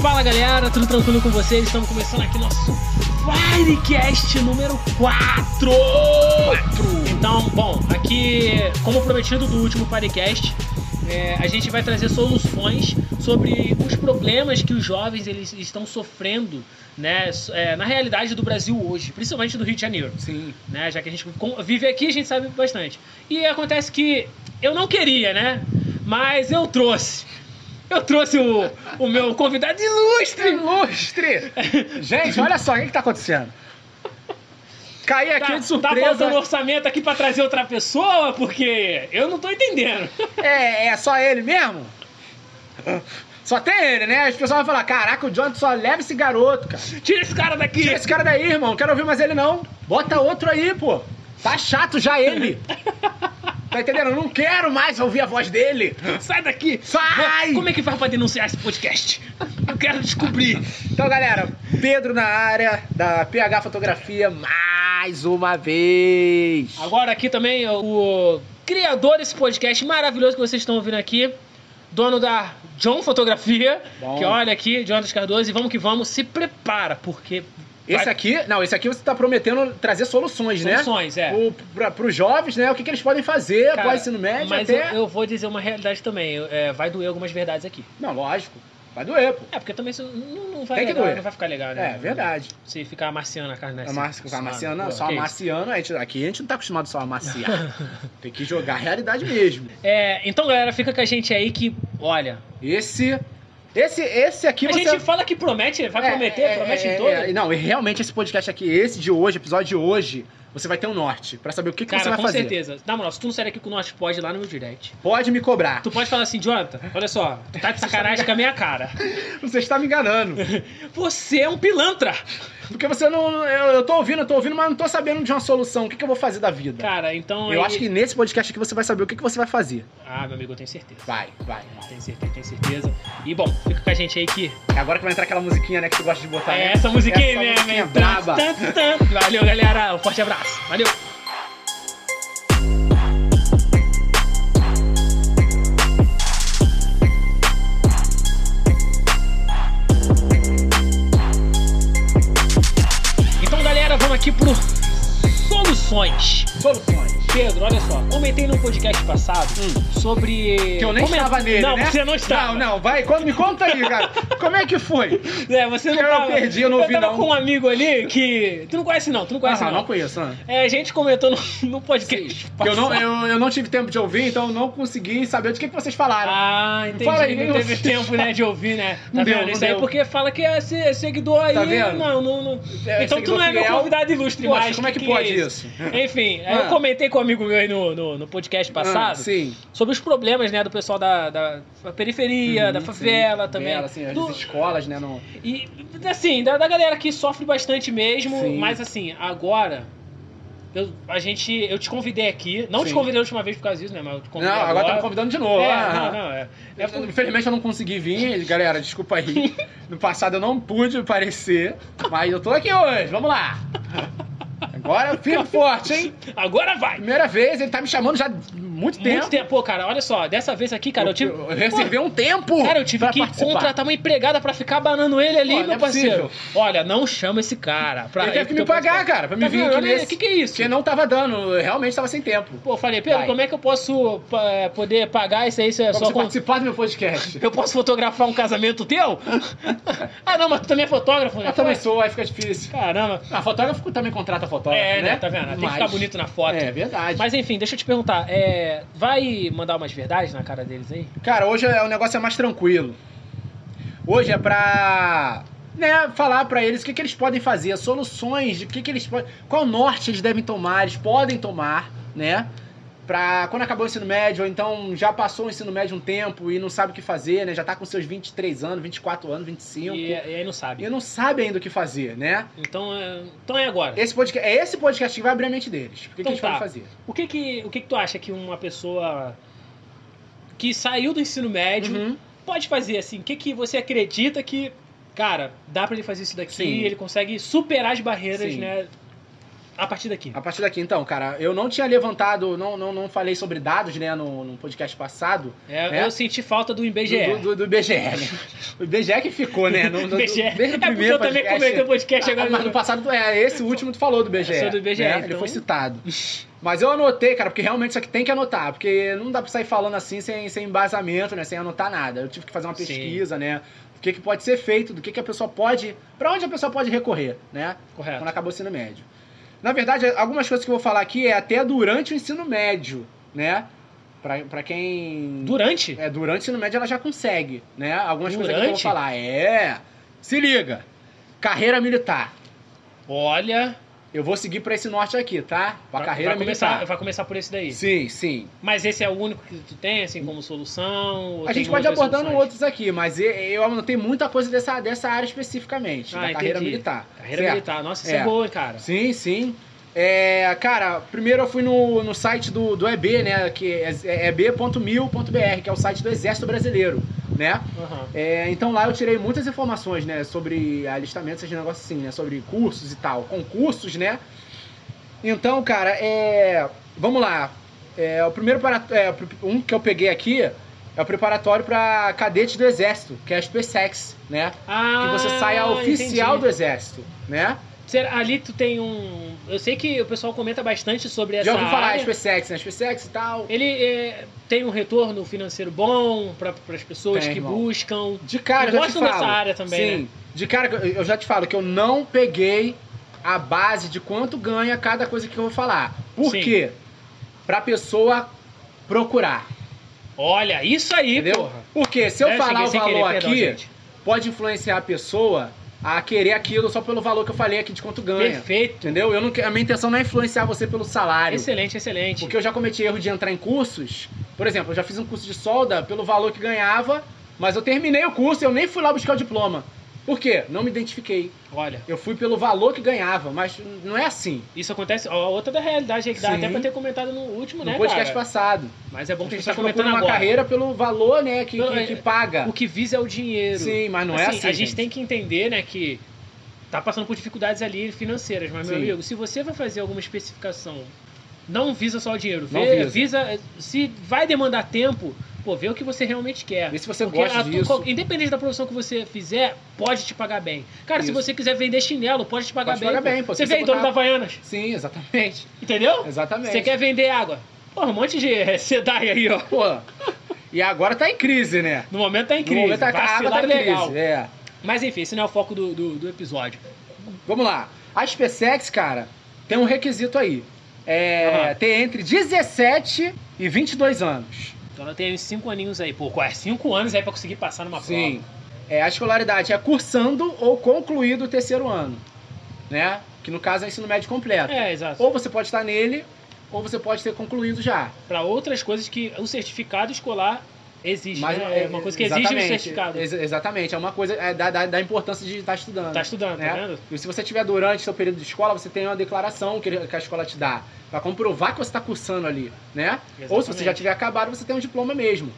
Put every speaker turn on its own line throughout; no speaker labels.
Fala galera, tudo tranquilo com vocês? Estamos começando aqui nosso Firecast número 4! Então, bom, aqui, como prometido do último Firecast, é, a gente vai trazer soluções sobre os problemas que os jovens eles estão sofrendo né, s- é, na realidade do Brasil hoje, principalmente do Rio de Janeiro.
Sim.
né? Já que a gente com- vive aqui, a gente sabe bastante. E acontece que eu não queria, né? Mas eu trouxe. Eu trouxe o, o meu convidado ilustre.
Ilustre! Gente, olha só, o que, que tá acontecendo? Caí aqui é
Tá,
de
tá
surpresa.
faltando orçamento aqui pra trazer outra pessoa, porque eu não tô entendendo.
é, é só ele mesmo? Só tem ele, né? As pessoas vão falar: caraca, o Jonathan só leva esse garoto, cara.
Tira esse cara daqui.
Tira esse cara daí, irmão. Não quero ouvir mais ele, não. Bota outro aí, pô. Tá chato já ele. Tá entendendo? Eu não quero mais ouvir a voz dele.
Sai daqui.
Sai!
Como é que faz pra denunciar esse podcast? Eu quero descobrir.
Então, galera, Pedro na área da PH Fotografia mais uma vez.
Agora aqui também o criador desse podcast maravilhoso que vocês estão ouvindo aqui, dono da John Fotografia,
Bom.
que olha aqui, John dos Cardoso, e vamos que vamos, se prepara, porque
Esse
vai-
aqui, não, esse aqui você tá prometendo trazer soluções, né?
soluções, é.
O- pra- pros jovens, né? O que, que eles podem fazer
Cara,
após o ensino médio
Mas
até...
eu, eu vou dizer uma realidade também, eu- é, vai doer algumas verdades aqui.
Não, lógico. Vai doer, pô.
É, porque também isso não, não vai
Tem que
legal,
doer.
não vai ficar legal, né?
É, verdade.
Se ficar marciano a carne
É
assim,
marciano,
suando,
marciano,
pô,
só
que isso.
marciano, a gente, aqui a gente não tá acostumado só a marciar. Tem que jogar a realidade mesmo.
É, então galera, fica com a gente aí que, olha,
Esse. Esse, esse aqui
a
você.
gente fala que promete, vai
É,
prometer,
é,
promete
é,
em todo.
é, não, e realmente esse podcast aqui, esse de hoje, episódio de hoje, você vai ter um norte pra saber o que, que você
Cara,
vai
com
fazer.
certeza. Na moral, se tu não sair aqui com o Norte Pod lá no meu direct,
Pode me cobrar.
tu pode falar assim, Jonathan, olha só, tu tá de sacanagem com a minha cara.
Você está me enganando.
Você é um pilantra!
Porque você não. Eu, eu tô ouvindo, eu tô ouvindo, mas não tô sabendo de uma solução. O que, que eu vou fazer da vida?
Cara, então.
eu
aí-
acho que nesse podcast aqui você vai saber o que, que você vai fazer.
Ah, meu amigo, eu tenho certeza.
Vai, vai.
Tenho certeza, tenho certeza. E bom, fica com a gente aí que.
É agora que vai entrar aquela musiquinha, né, que tu gosta de botar.
É
né?
essa musiquinha aí
musiquinha
mesmo, hein?
braba.
Tan, tan, tan. Valeu, galera. Um forte abraço. Valeu. Então, galera, vamos aqui pro soluções.
Soluções.
Pedro, olha só, comentei num podcast passado
Hum.
sobre.
Que eu nem
Comen-
estava nele,
Não,
né?
você não estava.
Não, não, vai, con- me conta aí, cara. Como é que foi?
É, você não
Eu
tava.
perdi, eu não ouvi,
tava
não.
com um amigo ali que. Tu não conhece, não, tu não conhece,
Ah, não conheço, né?
É, a gente comentou no, no podcast.
Que Eu não,
passado.
eu, eu não tive tempo de ouvir, então eu não consegui saber de que, que vocês falaram.
Ah, entendi.
Fala aí,
não
eu-
teve tempo, né, de ouvir, né? Tá
Não deu,
vendo?
não
Isso aí
deu.
porque fala que é se- seguidor aí.
Tá vendo?
Não, não, não.
É,
então tu
seguidor
não é meu
fiel.
convidado ilustre
Poxa,
mais.
como é que pode
é
isso?
Enfim, aí
Ah.
eu comentei com um amigo meu aí no, no, no podcast
Ah,
passado.
sim.
sobre os problemas, né, do pessoal da, da, da periferia, da
Uhum, sim.
favela também.
Favela, assim, as
Do-
escolas, né? Não...
e, assim, da, da galera que sofre bastante mesmo,
Sim.
mas assim, agora. Eu, a gente, eu te convidei aqui. Não te
Sim.
convidei a última vez por causa disso, né? Mas eu te
Não,
convidei
agora tá me convidando de novo.
É,
Ah,
não, não, é. É
Eu,
por-
Infelizmente eu não consegui vir, galera, desculpa aí. No passado eu não pude aparecer, mas eu tô aqui hoje, vamos lá. Agora firme e forte, hein?
Agora vai!
Primeira vez, ele tá me chamando já há muito tempo.
Muito tempo. Pô, cara, olha só. Dessa vez aqui, cara, eu, tive.
eu reservei um tempo.
Cara, eu tive
pra
que
participar.
contratar uma empregada pra ficar banando ele ali,
Pô, não
meu
é
parceiro.
possível.
Olha, não chama esse cara. Pra
Ele
ir
teve que
pro
me
teu
pagar,
podcast.
cara, pra me
Tá
vir
vendo?
aqui
Olha aí,
nesse.
Que que é isso?
Porque não tava dando, eu realmente tava sem tempo.
Pô, eu falei, Pedro,
Vai.
como é que eu posso pa- eh, poder pagar isso aí? Isso é
Pra
só
você
com...
participar do meu podcast.
Eu posso fotografar um casamento teu? ah, não, mas tu também é fotógrafo, né?
Eu também sou, aí fica difícil.
Caramba.
A fotógrafo também contrata fotógrafo,
É,
né?
né? Tá vendo? Tem que ficar
Mas-
bonito na foto.
É, verdade.
Mas enfim, deixa eu te perguntar. é, Vai mandar umas verdades na cara deles aí?
Cara, hoje é, o negócio é mais tranquilo. Hoje é pra. Né, falar pra eles o que, que eles podem fazer, soluções de o que, que eles podem. Qual norte eles devem tomar, eles podem tomar, né? Pra quando acabou o ensino médio, ou então já passou o ensino médio um tempo e não sabe o que fazer, né? Já tá com seus 23 anos, 24 anos,
E,
25.
e aí não sabe.
E não sabe ainda o que fazer, né?
Então, é... então é agora.
Esse podcast, é esse podcast que vai abrir a mente deles. O que, que
Então
eles
tá.
podem fazer?
O que que, o que que tu acha que uma pessoa que saiu do ensino médio
Uhum.
pode fazer assim? O que que você acredita que, cara, dá pra ele fazer isso daqui,
Sim.
ele consegue superar as barreiras,
Sim.
né? a partir daqui.
A partir daqui, então, cara, eu não tinha levantado, não, não, não falei sobre dados, né, no, no podcast passado.
É,
É.
Eu senti falta do IBGE.
Do, do, do IBGE, né? O IBGE que ficou, né? No, no- do-
IBGE.
desde
É
o
porque
primeiro
eu também
podcast.
comentei o podcast
Ah,
agora.
mas no passado, é, esse último tu falou do BGE.
Eu sou do IBGE,
né? Ele
então.
foi citado. Mas eu anotei, cara, porque realmente isso aqui tem que anotar, porque não dá pra sair falando assim sem, sem embasamento, né? Sem anotar nada. Eu tive que fazer uma
Sim.
pesquisa, né? O que, que pode ser feito, do que, que a pessoa pode. Pra onde a pessoa pode recorrer, né?
Correto.
Quando acabou o ensino médio. Na verdade, algumas coisas que eu vou falar aqui é até durante o ensino médio, né? Pra, pra quem.
Durante?
É, durante o ensino médio ela já consegue, né? Algumas coisas que eu
Durante?
vou falar. É. Se liga. Carreira militar.
Olha,
Eu vou seguir pra esse norte aqui, tá? Pra
vai-
carreira
vai
militar.
começar, vai começar por esse daí.
Sim, sim.
Mas esse é o único que tu tem, assim, como solução? ou
a
tem
gente pode ir
outras
abordando
soluções?
outros aqui, mas e- eu anotei muita coisa dessa, dessa área especificamente,
Ah,
da carreira
entendi.
militar.
Carreira
Certo?
militar. Nossa, isso é,
É.
boa, hein, cara.
Sim, sim. É, cara, primeiro eu fui no, no site do, do EB, né? Que é é eb.mil.br, que é o site do Exército Brasileiro, né?
Aham.
É, então lá eu tirei muitas informações, né, sobre alistamentos, esses negócios assim, né, sobre cursos e tal, concursos, né. Então, cara, é, vamos lá. É, o primeiro para é, um que eu peguei aqui é o preparatório para cadete do exército, que é a SpaceX, né? Que
Ah,
você saia oficial
entendi.
do exército, né?
Será- Ali tu tem um... Eu sei que o pessoal comenta bastante sobre essa
Já ouviu falar a
área.
SpaceX, né? SpaceX e tal.
Ele é, tem um retorno financeiro bom para as pessoas
Tem,
que
irmão.
buscam.
De cara,
E
eu já te
gostam dessa
falo.
área também, né?
Sim. De cara, eu- eu já te falo que eu não peguei a base de quanto ganha cada coisa que eu vou falar. Por
Sim.
quê? Pra pessoa procurar.
Olha, isso aí,
Entendeu?
porra.
Porque se eu
É,
falar
cheguei
o
sem
valor
querer,
aqui,
perdão, gente.
pode influenciar a pessoa a querer aquilo só pelo valor que eu falei aqui de quanto ganha.
Perfeito.
Entendeu? Eu não, que- a minha intenção não é influenciar você pelo salário.
Excelente, excelente.
Porque eu já cometi erro de entrar em cursos. Por exemplo, eu já fiz um curso de solda pelo valor que ganhava, mas eu terminei o curso e eu nem fui lá buscar o diploma. Por quê? Não me identifiquei.
Olha,
Eu fui pelo valor que ganhava, mas não é assim.
isso acontece. Ó, outra da realidade aí que dá
Sim.
até pra ter comentado no último,
No
né,
podcast
cara?
passado.
Mas é bom que a gente tá
As pessoas procuram
comentando
uma
agora.
carreira pelo valor, né, que,
Pelo-
que, que paga.
O que visa é o dinheiro.
Sim, mas não é assim.
A gente, tem que entender, né, que tá passando por dificuldades ali financeiras, mas, meu
Sim.
amigo, se você vai fazer alguma especificação, não visa só o dinheiro.
Não
vê-
visa.
visa- eh, Se vai demandar tempo, pô, vê o que você realmente quer.
Vê se você
Porque
gosta
a tu-
disso.
qual- independente da profissão que você fizer, pode te pagar bem. Cara, se
Isso.
você quiser vender chinelo, pode te pagar
Pode te
bem.
pagar bem, pô.
Você
Se
vê
você
em torno da
botar-
Havaianas,
Sim, exatamente.
entendeu?
Exatamente.
Você quer vender água. Porra, um monte de sedai aí, ó.
Pô, e agora tá em crise, né?
No momento tá em crise.
No momento a água tá
Vacilaram
em
legal.
crise. É.
Mas enfim, esse não é o foco do, do, do episódio.
Vamos lá. A SpaceX, cara, tem um requisito aí. É
Aham.
ter entre 17 e 22 anos.
Então ela tem uns 5 aninhos aí, pô, quase 5 anos aí pra conseguir passar numa
Sim. É, a escolaridade é cursando ou concluído o terceiro ano, né? Que no caso é ensino médio completo.
prova. É, exato.
Ou você pode estar nele, ou você pode ter concluído já.
Pra outras coisas que o certificado escolar exige,
Mas
né? É uma coisa que exige
exatamente,
um certificado.
ex- exatamente. É uma coisa é, da, da, da importância de estar estudando.
Tá estudando, tá
É.
vendo?
E se você tiver durante seu período de escola, você tem uma declaração que que a escola te dá Pra comprovar que você está cursando ali, né? Ou se você já tiver acabado, você tem um diploma mesmo.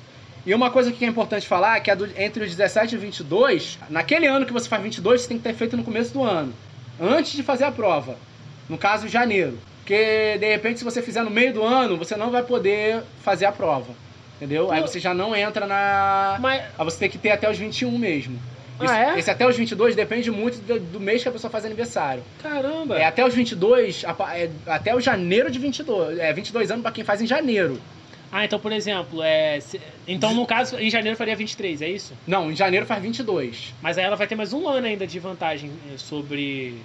E uma coisa que é importante falar é que a do- entre os 17 e 22, naquele ano que você faz 22, você tem que ter feito no começo do ano, antes de fazer a prova. No caso, janeiro. Porque, de repente, se você fizer no meio do ano, você não vai poder fazer a prova. Entendeu? Aí
Pô.
você já não entra na.
Mas,
Aí Ah, você tem que ter até os 21 mesmo.
Ah,
Esse,
é?
esse até os 22 depende muito do, do mês que a pessoa faz aniversário.
caramba.
É até os 22, a pa- é até o janeiro de 22. É 22 anos pra quem faz em janeiro.
Ah, então, por exemplo, é... se- então no caso, em janeiro faria 23, é isso?
Não, em janeiro faz 22.
Mas aí ela vai ter mais um ano ainda de vantagem eh, sobre...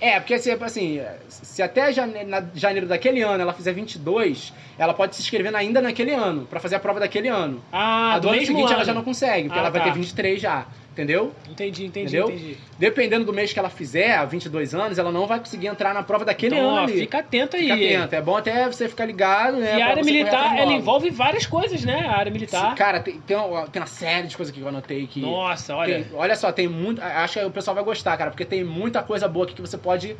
É, porque assim, assim, se até jane- na- janeiro daquele ano ela fizer 22, ela pode se inscrever na- ainda naquele ano, pra fazer a prova daquele ano.
Ah,
a do
do
ano
mesmo
é seguinte
ano.
ela já não consegue, porque
Ah,
ela vai
tá.
ter 23 já, entendeu?
Entendi, entendi,
Entendeu?
entendi.
Dependendo do mês que ela fizer, a 22 anos, ela não vai conseguir entrar na prova daquele
então,
ano
ó,
ali.
fica atento aí.
Fica atento, é bom até você ficar ligado, né?
e
pra
a área
você correr
militar,
atrás
ela
logo.
envolve várias coisas, né? A área militar.
Cara, tem, tem, uma, tem uma série de coisas que eu anotei que...
Nossa, olha.
Tem- olha só, tem muito. Acho que o pessoal vai gostar, cara, porque tem muita coisa boa aqui que você pode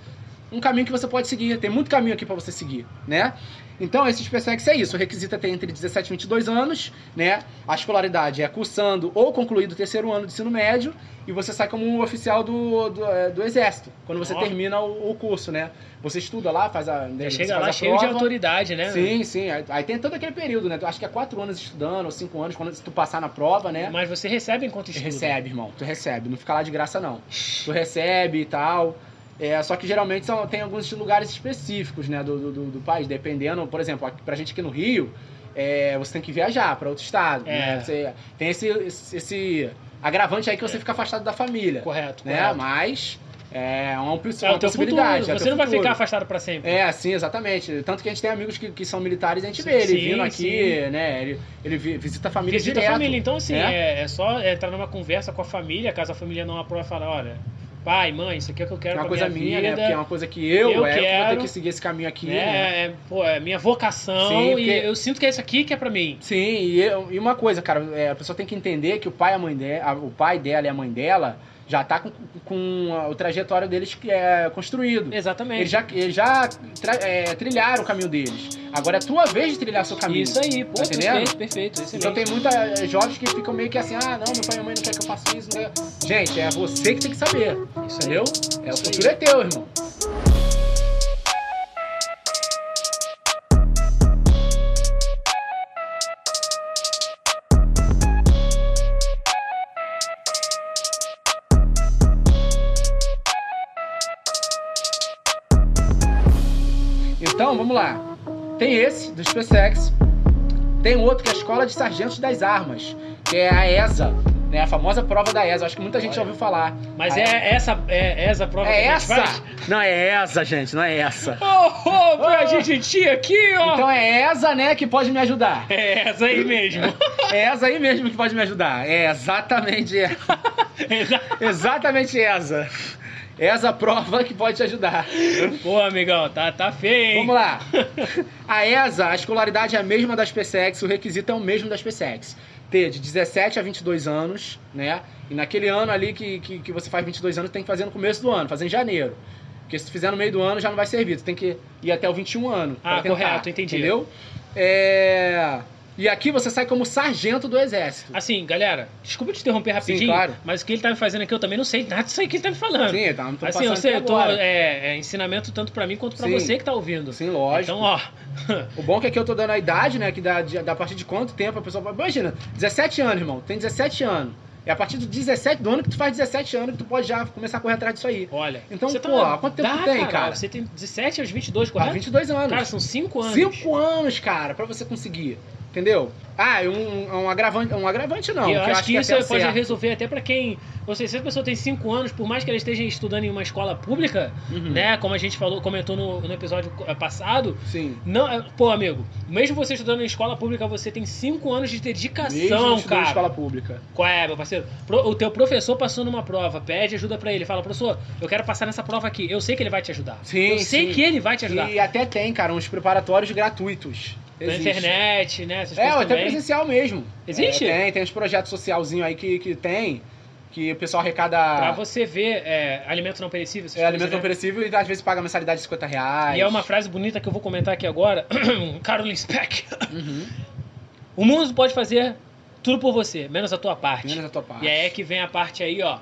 um caminho que você pode seguir. Tem muito caminho aqui para você seguir, né? Então, esse SpaceX é isso. O requisito é ter entre 17 e 22 anos, né? A escolaridade é cursando ou concluído o terceiro ano de ensino médio e você sai como um oficial do, do, é, do Exército, quando você
Ó.
termina o, o curso, né? Você estuda lá, faz a. né,
Já
você
chega
faz
lá
a
cheio de
prova.
autoridade, né?
Sim, sim. Aí, aí tem todo aquele período, né? Acho que é quatro anos estudando, ou cinco anos, quando se tu passar na prova, né?
Mas você recebe enquanto
Tu
estuda.
recebe, irmão. Tu recebe. Não fica lá de graça, não. Tu recebe e tal. É, só que geralmente são, tem alguns lugares específicos, né, do, do- do, do país. Dependendo, por exemplo, aqui, pra gente aqui no Rio, é, você tem que viajar pra outro estado.
É.
né? Você- tem esse, esse, esse agravante aí que você fica afastado da família.
É. Correto,
né?
correto.
Mas é uma, opção-
É
uma
o teu futuro.
possibilidade. é o
você
teu
não vai
futuro.
ficar afastado pra sempre.
É, sim, exatamente. Tanto que a gente tem amigos que, que são militares, a gente
Sim,
vê ele
sim,
vindo aqui, né? Ele, ele vi- visita a família
Visita
direto.
a família. Então, assim,
né?
é, é só entrar numa conversa com a família, caso a família não aprove, falar, olha, pai, mãe, isso aqui é o que eu
É
quero
uma
pra
coisa minha,
minha,
né?
vida.
Porque é uma coisa que
Eu
eu, é, eu que vou
quero,
ter que seguir esse caminho aqui, né?
né? É, pô, é minha vocação
Sim, porque-
e eu sinto que é isso aqui que é pra mim.
Sim, e, eu- e uma coisa, cara, é, a pessoa tem que entender que o pai, e a mãe de, a- o pai dela e a mãe dela já tá com, com a- o trajetório deles que é construído.
Exatamente.
Eles já, eles já tra- é, trilharam o caminho deles. Agora é a tua vez de trilhar seu caminho.
Isso aí, pô,
Tá entendendo?
perfeito, perfeito. Excelente.
Então tem muita é, jovens que ficam meio que assim, ah, não, meu pai e minha mãe não quer que eu faça isso. Não quer... Gente, é você que tem que saber,
Isso aí.
entendeu? É, o
Isso aí.
futuro é teu, irmão. Então, vamos lá. Tem esse, do SpaceX. Tem outro que é a Escola de Sargentos das Armas, que é a ESA, né? A famosa prova da ESA. Acho que muita gente já ouviu falar.
Mas
Ah,
é, essa, é essa a prova
É
que a gente
essa?
faz?
Não é essa, gente, não é essa.
Ô, ô, pra gente ti aqui, ó.
Então é essa, né, que pode me ajudar.
É essa aí mesmo.
É essa aí mesmo que pode me ajudar. É exatamente,
Exa-
exatamente essa. Essa prova que pode te ajudar.
pô, amigão, tá, tá feio, hein?
Vamos lá. A ESA, a escolaridade é a mesma da SpaceX, o requisito é o mesmo da SpaceX. Ter de 17 a 22 anos, né? E naquele ano ali que, que, que você faz 22 anos, tem que fazer no começo do ano, fazer em janeiro. Porque se tu fizer no meio do ano, já não vai servir. Tu tem que ir até o 21 ano. pra
Ah, correto, entendi.
Entendeu? É... E aqui você sai como sargento do exército.
Assim, galera, desculpa te interromper rapidinho,
claro.
mas o que ele tá me fazendo aqui, eu também não sei nada disso aí que ele tá me falando.
Sim, tá, não tô
assim,
passando
eu sei,
até
eu tô,
agora.
é, é ensinamento tanto pra mim quanto pra
Sim.
você que tá ouvindo.
Sim, lógico.
Então, ó,
O bom é que aqui eu tô dando a idade, né? Que da, de- da partir de quanto tempo a pessoa. vai- Imagina, 17 anos, irmão. Tem 17 anos. É a partir do 17 do ano que tu faz 17 anos que tu pode já começar a correr atrás disso aí.
olha.
Então,
você
pô,
tá,
há quanto tempo
dá,
tu tem, cara?
Você tem 17 aos 22,
Há
correto?
22 anos.
Cara, são 5 anos.
5 anos, cara, pra você conseguir. Entendeu? Ah, é um, é um agravante. é Um agravante não.
E
que
eu acho que,
é
isso
até o
pode
certo.
resolver até pra quem. Ou seja, se a pessoa tem 5 anos, por mais que ela esteja estudando em uma escola pública,
Uhum.
né? Como a gente falou, comentou no, no episódio eh, passado.
Sim.
Não, eh, pô, amigo, mesmo você estudando em escola pública, você tem 5 anos de dedicação,
Mesmo estudando em
cara.
escola pública.
Qual é, meu parceiro? Pro- o teu professor passou numa prova, pede ajuda pra ele. Fala, professor, eu quero passar nessa prova aqui. Eu sei que ele vai te ajudar.
Sim,
eu sei
sim.
que ele vai te ajudar.
E até tem, cara, uns preparatórios gratuitos.
Na
Existe.
internet, né? Essas
É,
coisas
ou até
também.
presencial mesmo.
Existe?
É, tem, tem uns projetos socialzinhos aí que, que tem, que o pessoal arrecada
Pra você ver é, alimento não perecível. essas
é, alimento não
coisas, né?
perecível e às vezes paga mensalidade de 50 reais.
E é uma frase bonita que eu vou comentar aqui agora. Carolyn Speck.
Uhum.
O mundo pode fazer tudo por você, menos a tua parte.
Menos a tua parte.
E aí é que vem a parte aí, ó.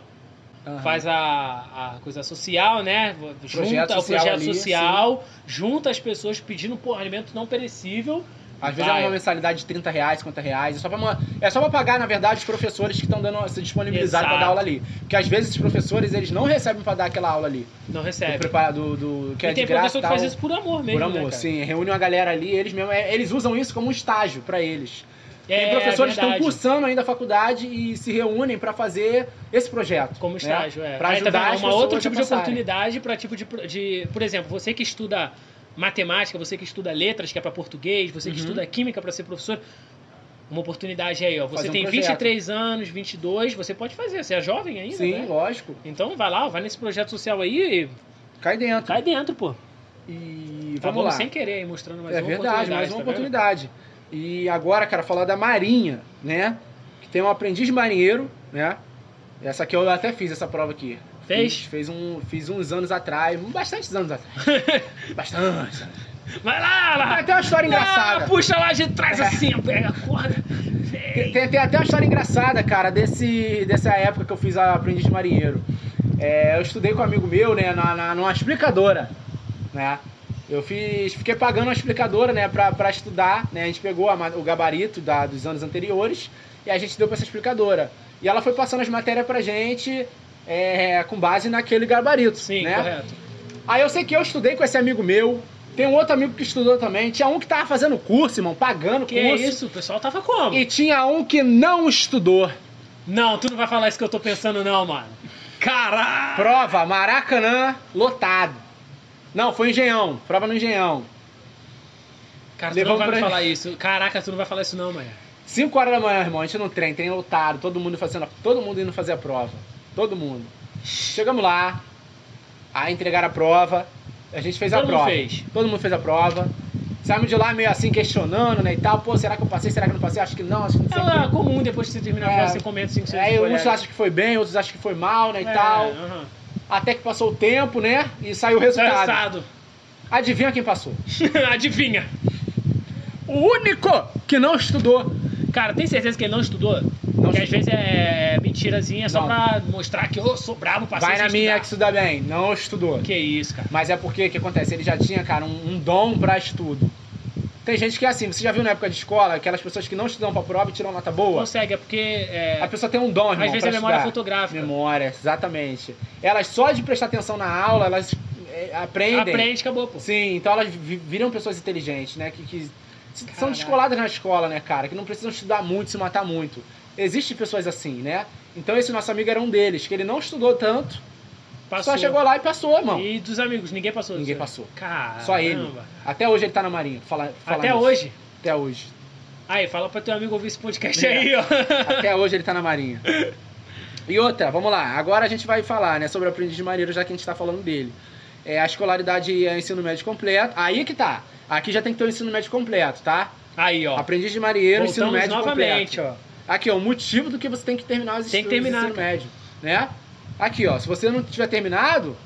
Aham.
Faz a, a coisa social, né? Junta o
social
projeto
ali,
social, junta as pessoas pedindo pô, alimento não perecível.
Às vezes
Vai.
é uma mensalidade de 30 reais, 50 reais. É só pra, uma- é só pra pagar, na verdade, os professores que estão dando se disponibilizados pra
Exato.
dar aula ali. Porque às vezes os professores eles não recebem pra dar aquela aula ali.
Não
Do,
recebe.
prepara- do, do- que é
e tem
de graça.
professor que
tal.
faz isso por amor mesmo.
Por amor,
né, cara?
sim. Reúne uma galera ali, eles mesmo. é, Eles usam isso como um estágio pra eles. Tem
É,
professores que
verdade.
estão cursando ainda a faculdade e se reúnem para fazer esse projeto.
Como
né?
estágio, é.
Pra
Aí tá
ajudar
vendo?
as
uma outro
pessoas
tipo
a
de
passarem.
oportunidade para tipo de, pro- de. Por exemplo, você que estuda matemática, você que estuda letras, que é para português, você que
Uhum.
estuda química para ser professor. Uma oportunidade aí, ó. Você
Fazer um
tem
projeto.
23 anos, 22, você pode fazer, você é jovem ainda,
Sim,
né?
lógico.
Então vai lá, ó, vai nesse projeto social aí e
Cai dentro.
cai dentro, pô. Tá
E Então vamos
bom,
lá.
sem querer aí, mostrando mais
é
uma
verdade, mais
oportunidade.
uma
tá
oportunidade. E agora, cara, falar da Marinha, né? Que tem um aprendiz marinheiro, né? Essa aqui eu até fiz essa prova aqui.
Fez?
Fiz, fez um, fiz uns anos atrás, bastantes anos atrás. Bastante.
Vai lá,
Tem
lá.
até uma história
Ah,
engraçada. É.
puxa lá de trás assim, pega a corda.
Tem, tem- tem até uma história engraçada, cara, desse, dessa época que eu fiz a aprendiz de marinheiro. É, eu estudei com um amigo meu, né, na, na- numa explicadora, né? Eu fiz, fiquei pagando uma explicadora, né, pra, pra estudar, né? A gente pegou a ma- o gabarito da, dos anos anteriores e a gente deu pra essa explicadora. E ela foi passando as matérias pra gente é, com base naquele gabarito,
Sim,
né?
correto.
Aí eu sei que eu estudei com esse amigo meu, tem um outro amigo que estudou também, tinha um que tava fazendo curso, irmão, pagando
Que é
curso.
isso? O pessoal tava como?
E tinha um que não estudou.
Não, tu não vai falar isso que eu tô pensando, não, mano. Caralho!
Prova, Maracanã, lotado. Não, foi Engenhão. Prova no Engenhão.
Cara, tu não
Levamos
vai me
pra-
falar isso. Caraca, tu não vai falar isso, não, manhã.
5 horas da manhã, irmão, a gente não trem, trem lotado, todo mundo fazendo, a- todo mundo indo fazer a prova. Todo mundo. Chegamos lá, aí entregaram a prova, a gente fez a
Todo mundo
prova.
Então fez.
Todo mundo fez a prova. Saímos de lá meio assim questionando, né, e tal. Pô, será que eu passei? Será que eu não passei? Acho que não, acho que não sei. o quê.
Ela é comum depois que você terminar a
É.
prova, você comenta 5, 6
Aí uns acham que foi bem, outros acham que foi mal, né, assim
É.
e tal. Até que passou o tempo, né, e saiu o resultado.
Resultado.
Adivinha quem passou?
Adivinha.
O único que não estudou.
Cara, tem certeza que ele não estudou?
Não
Porque
estudou.
às vezes é mentirazinha só
Não.
pra mostrar que eu sou brabo, passei
Vai
sem
na minha que
estudar.
estuda bem. Não estudou.
Que isso, cara.
Mas é porque o que acontece? Ele já tinha, cara, um, um dom pra estudo. Tem gente que é assim, você já viu na época de escola, aquelas pessoas que não estudam pra prova e tiram nota boa?
Consegue, é porque... é,
A pessoa tem um dom, irmão,
às vezes
pra
é memória
estudar.
fotográfica.
Memória, exatamente. Elas só de prestar atenção na aula, elas é, aprendem.
Aprende, acabou, pô.
Sim, então elas vi- viram pessoas inteligentes, né? Que, que se- são
Caraca.
descoladas na escola, né, cara? Que não precisam estudar muito, se matar muito. Existem pessoas assim, né? Então esse nosso amigo era um deles, que ele não estudou tanto,
Passou.
só chegou lá e passou, irmão.
E dos amigos, ninguém passou.
Ninguém
Você-
passou.
Caramba.
Só ele. Até hoje ele tá na marinha. Fala, fala
Até
nisso.
hoje.
Até hoje.
Aí, fala pra teu amigo ouvir esse podcast
É.
aí, ó.
Até hoje ele tá na marinha. E outra, vamos lá. Agora a gente vai falar, né, sobre o aprendiz de marinheiro, já que a gente tá falando dele. É, a escolaridade é ensino médio completo. Aí que tá. Aqui já tem que ter o ensino médio completo, tá?
Aí, ó.
Aprendiz de marinheiro, ensino
Voltamos
médio
novamente,
completo. Aqui, ó, o motivo do que você tem que terminar os
Tem que
estudos
terminar,
do ensino
cara.
médio, né? Aqui, ó, se você não tiver terminado,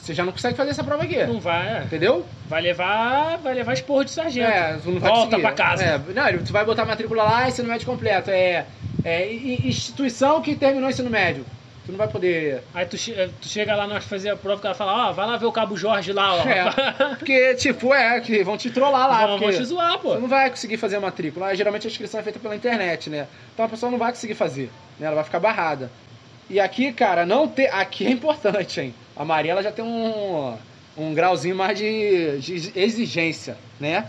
você já não consegue fazer essa prova aqui,
Não vai, é.
entendeu?
vai levar, vai levar esporro de sargento.
É, tu não vai
Volta
conseguir.
pra casa.
É, não, ele- tu vai botar matrícula lá, ensino médio completo. É, é i- i- instituição que terminou o ensino médio. Tu não vai poder...
Aí tu, che- tu chega lá na hora de fazer a prova, o cara fala, ó, vai lá ver o Cabo Jorge lá, ó.
É. Porque, tipo, é, que vão te trollar lá.
Vão,
porque-
vão te zoar, pô.
Você não vai conseguir fazer a matrícula. Aí, Geralmente a inscrição é feita pela internet, né? Então a pessoa não vai conseguir fazer, né? Ela vai ficar barrada. E aqui, cara, não ter. Aqui é importante, hein? A Maria ela já tem um, um grauzinho mais de, de exigência, né?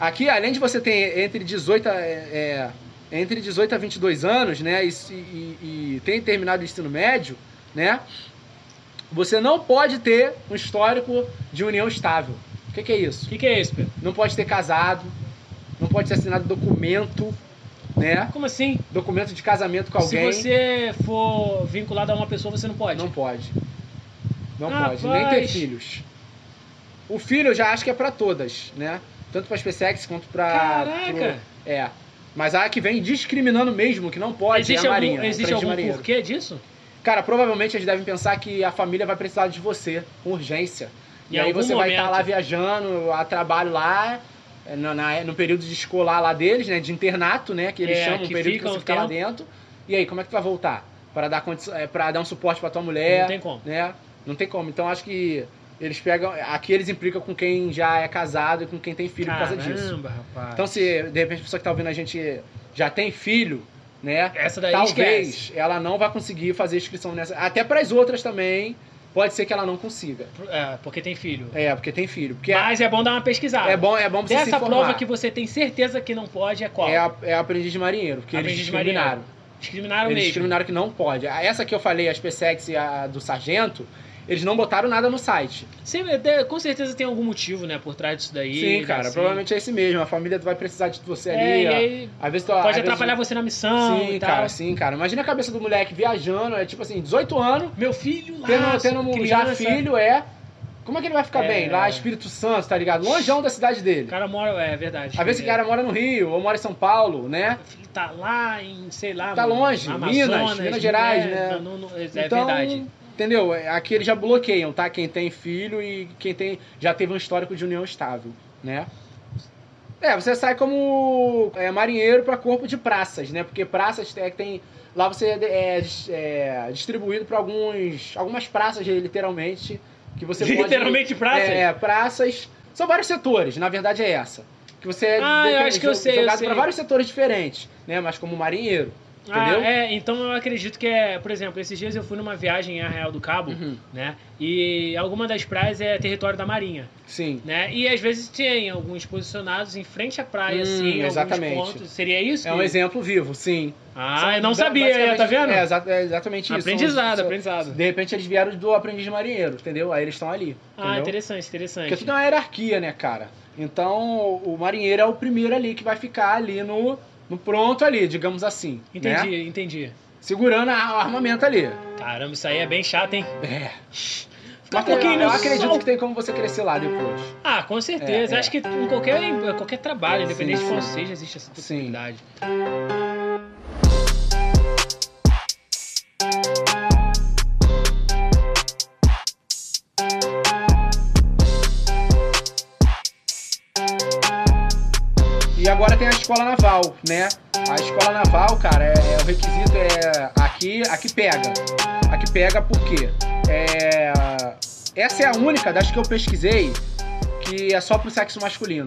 Aqui, além de você ter entre 18 a, é, é, entre 18 a 22 anos, né? E, se- e- e tem terminado o ensino médio, né? Você não pode ter um histórico de união estável. O que que é isso?
O que, que é isso, Pedro?
não pode ter casado, não pode ter assinado documento, né?
Como assim?
Documento de casamento com alguém.
Se você for vinculado a uma pessoa, você não pode. Ah,
Não pode. Não
Rapaz.
pode. Nem ter filhos. O filho eu já acho que é pra todas, né? Tanto pra SpaceX quanto pra.
Caraca!
pro- É. Mas a que vem discriminando mesmo, que não pode,
existe
é a
algum,
Marinha.
existe
Frente
algum
Marinheiro.
porquê disso?
Cara, provavelmente eles devem pensar que a família vai precisar de você, com urgência.
Em
E, aí
algum
você vai estar
momento.
lá viajando, a trabalho lá, eh, na- na- no período de escolar lá deles, né? De internato, né? Que eles
É,
chamam
que
o período
fica
que
um
você fica lá dentro. E aí, como é que tu vai voltar? Para dar, condi- eh, pra dar um suporte pra tua
Não
mulher,
tem como.
né? Não tem como. Então acho que eles pegam. Aqui eles implicam com quem já é casado e com quem tem filho por causa disso.
Caramba, rapaz.
Então, se de repente a pessoa que tá ouvindo a gente já tem filho, né?
Essa daí
Talvez
esquece.
ela não vai conseguir fazer inscrição nessa. Até para as outras também, pode ser que ela não consiga.
É, porque tem filho.
É, porque tem filho. Porque é-
Mas é bom dar uma pesquisada.
é, bom, é bom pra você se
Dessa
informar.
prova que você tem certeza que não pode é qual?
É, a, é a aprendiz de marinheiro, porque
Aprendiz
eles
de marinheiro.
discriminaram.
Discriminaram
Eles
mesmo.
discriminaram que não pode. A- Essa que eu falei, a SpaceX e a do Sargento, eles não botaram nada no site.
Sempre- até- com certeza tem algum motivo, né, por trás disso daí.
Sim, cara,
assim.
provavelmente é esse mesmo. A família vai precisar de você
É,
ali.
e
ó.
aí
Às vezes tu- às
pode
vezes-
atrapalhar você na missão
Sim,
e tal.
cara, sim, cara. Imagina a cabeça do moleque viajando, é tipo assim, 18 anos,
Meu filho lá, assim,
tendo, tendo um já
criança.
filho, é. Como é que ele vai ficar
É.
bem? Lá, Espírito Santo, tá ligado? Longeão da cidade
O
dele.
cara mora, é verdade.
Às vezes o cara mora no Rio, ou mora em São Paulo, né?
Filho tá lá em, sei lá,
Tá
no
longe, Minas, Minas Gerais, né?
tá no- no- é é
Então,
verdade.
Entendeu? Aqui eles já bloqueiam, tá? Quem tem filho e quem tem já teve um histórico de união estável, né? É, você sai como é, marinheiro para corpo de praças, né? Porque praças é, que tem. Lá você é, é, distribuído para alguns. algumas praças, literalmente. Que você pode-
Literalmente praça?
É, praças. São vários setores, na verdade é essa. Que você é
Ah, eu
depen-
acho que eu
jo-
sei, eu
jogado
sei.
pra vários setores diferentes, né? Mas como marinheiro.
Ah,
entendeu?
é, então eu acredito que é, por exemplo, esses dias eu fui numa viagem a Real do Cabo,
Uhum.
né? E alguma das praias é território da Marinha,
Sim.
né? E às vezes tem alguns posicionados em frente à praia,
Hum,
assim, alguns
exatamente.
pontos. Seria isso?
É um
que-
exemplo vivo, sim. São
Ah, eu não
ba-
sabia,
basicamente-
tá vendo?
É, exa- é exatamente isso.
aprendizado,
São-
aprendizado.
são- De repente eles vieram do aprendiz de marinheiro, entendeu? Aí eles estão ali.
Ah,
entendeu?
interessante, interessante.
Porque tudo é uma hierarquia, né, cara? Então o marinheiro é o primeiro ali que vai ficar ali no, no pronto ali, digamos assim.
Entendi,
né?
entendi.
Segurando a- o armamento ali.
Caramba, isso aí é bem chato, hein?
É.
Fica um
Mas eu,
pouquinho
eu
no
acredito
sol.
que tem como você crescer lá depois.
Ah, com certeza.
É, é.
Acho que em qualquer, em qualquer trabalho, independente
Sim,
de qual
sim.
seja, existe essa possibilidade.
E agora tem a escola naval, né? A escola naval, cara, é, é- o requisito é aqui, aqui pega. Aqui pega porque é, essa é a única das que eu pesquisei que é só pro sexo masculino.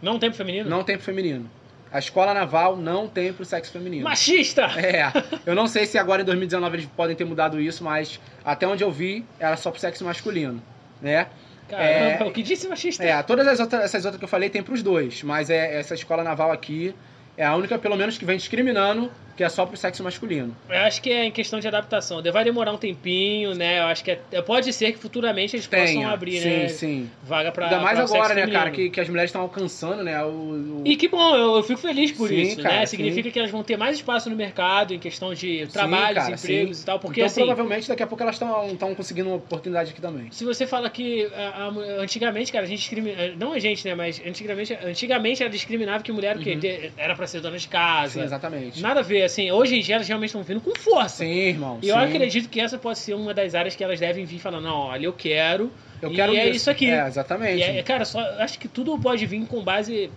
Não tem pro feminino?
Não tem pro feminino. A escola naval não tem pro sexo feminino.
Machista!
É, eu não sei se agora em 2019 eles podem ter mudado isso, mas até onde eu vi era só pro sexo masculino, né?
Caramba,
É.
o que disse machista?
É, todas as outras, essas outras que eu falei tem pros dois, mas é, essa escola naval aqui é a única, pelo menos, que vem discriminando, que é só pro sexo masculino.
Eu acho que é em questão de adaptação. Vai demorar um tempinho, né? Eu acho que é- pode ser que futuramente eles possam
Tenha.
abrir,
sim,
né?
sim.
Vaga pra.
Ainda mais
pra o
agora,
sexo
né,
feminino.
cara, que, que as mulheres estão alcançando, né, o... o-
E que bom, eu, eu fico feliz por
Sim,
isso, né?
cara,
Significa que elas vão ter mais espaço no mercado em questão de
Sim,
trabalhos,
cara,
empregos e tal, porque
então,
assim.
provavelmente, daqui a pouco elas estão conseguindo uma oportunidade aqui também.
Se você fala que a- a mu- antigamente, cara, a gente discriminava. Não a gente, né? Mas antigamente, antigamente era discriminável que mulher o quê?
Uhum.
Te- era pra ser dona de
Sim,
casa.
exatamente.
Nada a ver, assim. Hoje em dia elas realmente estão vindo com força.
Sim, irmão,
E eu
sim.
acredito que essa pode ser uma das áreas que elas devem vir falando, não, olha, eu quero.
Eu
e
quero
é isso aqui.
É, exatamente.
E é, cara, só eu acho que tudo pode vir com base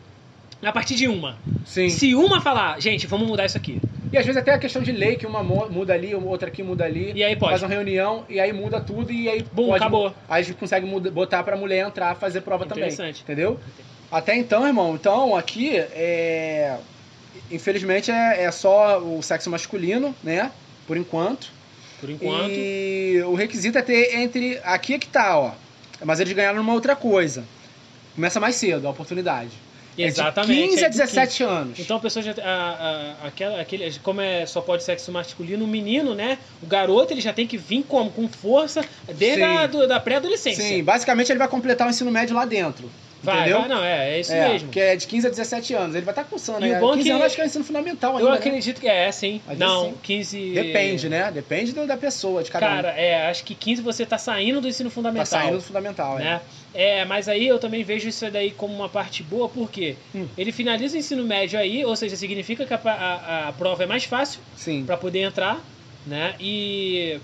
na partir de uma.
Sim.
Se uma falar, gente, vamos mudar isso aqui.
E às vezes até a questão de lei, que uma mo- muda ali, outra aqui muda ali.
E aí pode.
Faz uma reunião e aí muda tudo e aí
Bum,
pode-
acabou.
Aí a gente consegue muda- botar pra mulher entrar, fazer prova também.
Interessante.
Entendeu? Até então, irmão, então aqui é. Infelizmente é, é só o sexo masculino, né? Por enquanto.
Por enquanto.
E o requisito é ter entre. Aqui é que tá, ó. Mas eles ganharam uma outra coisa. Começa mais cedo, a oportunidade.
Exatamente.
É de 15 a
é do
17 anos.
Então a pessoa já. A, a, aquela, aquele, como é, só pode sexo masculino, o menino, né? O garoto, ele já tem que vir como? Com força desde
Sim.
a, do- da pré-adolescência.
Sim, basicamente ele vai completar o ensino médio lá dentro.
vai,
entendeu?
vai, não, é, é isso
é,
mesmo.
Que é de 15 a 17 anos. Ele vai estar cursando,
E
né?
o bom é
15
que-
anos acho que é o ensino fundamental ainda.
Eu
né?
acredito que é, sim.
Às vezes
Não,
sim.
15.
Depende, né? Depende do- da pessoa, de cada
Cara, é, acho que 15 você tá saindo do ensino
um. Tá
fundamental.
saindo do fundamental, é.
né? É, mas aí eu também vejo isso daí como uma parte boa, porque
Hum.
ele finaliza o ensino médio aí, ou seja, significa que a, pa- a- a prova é mais fácil
Sim.
para poder entrar, né? E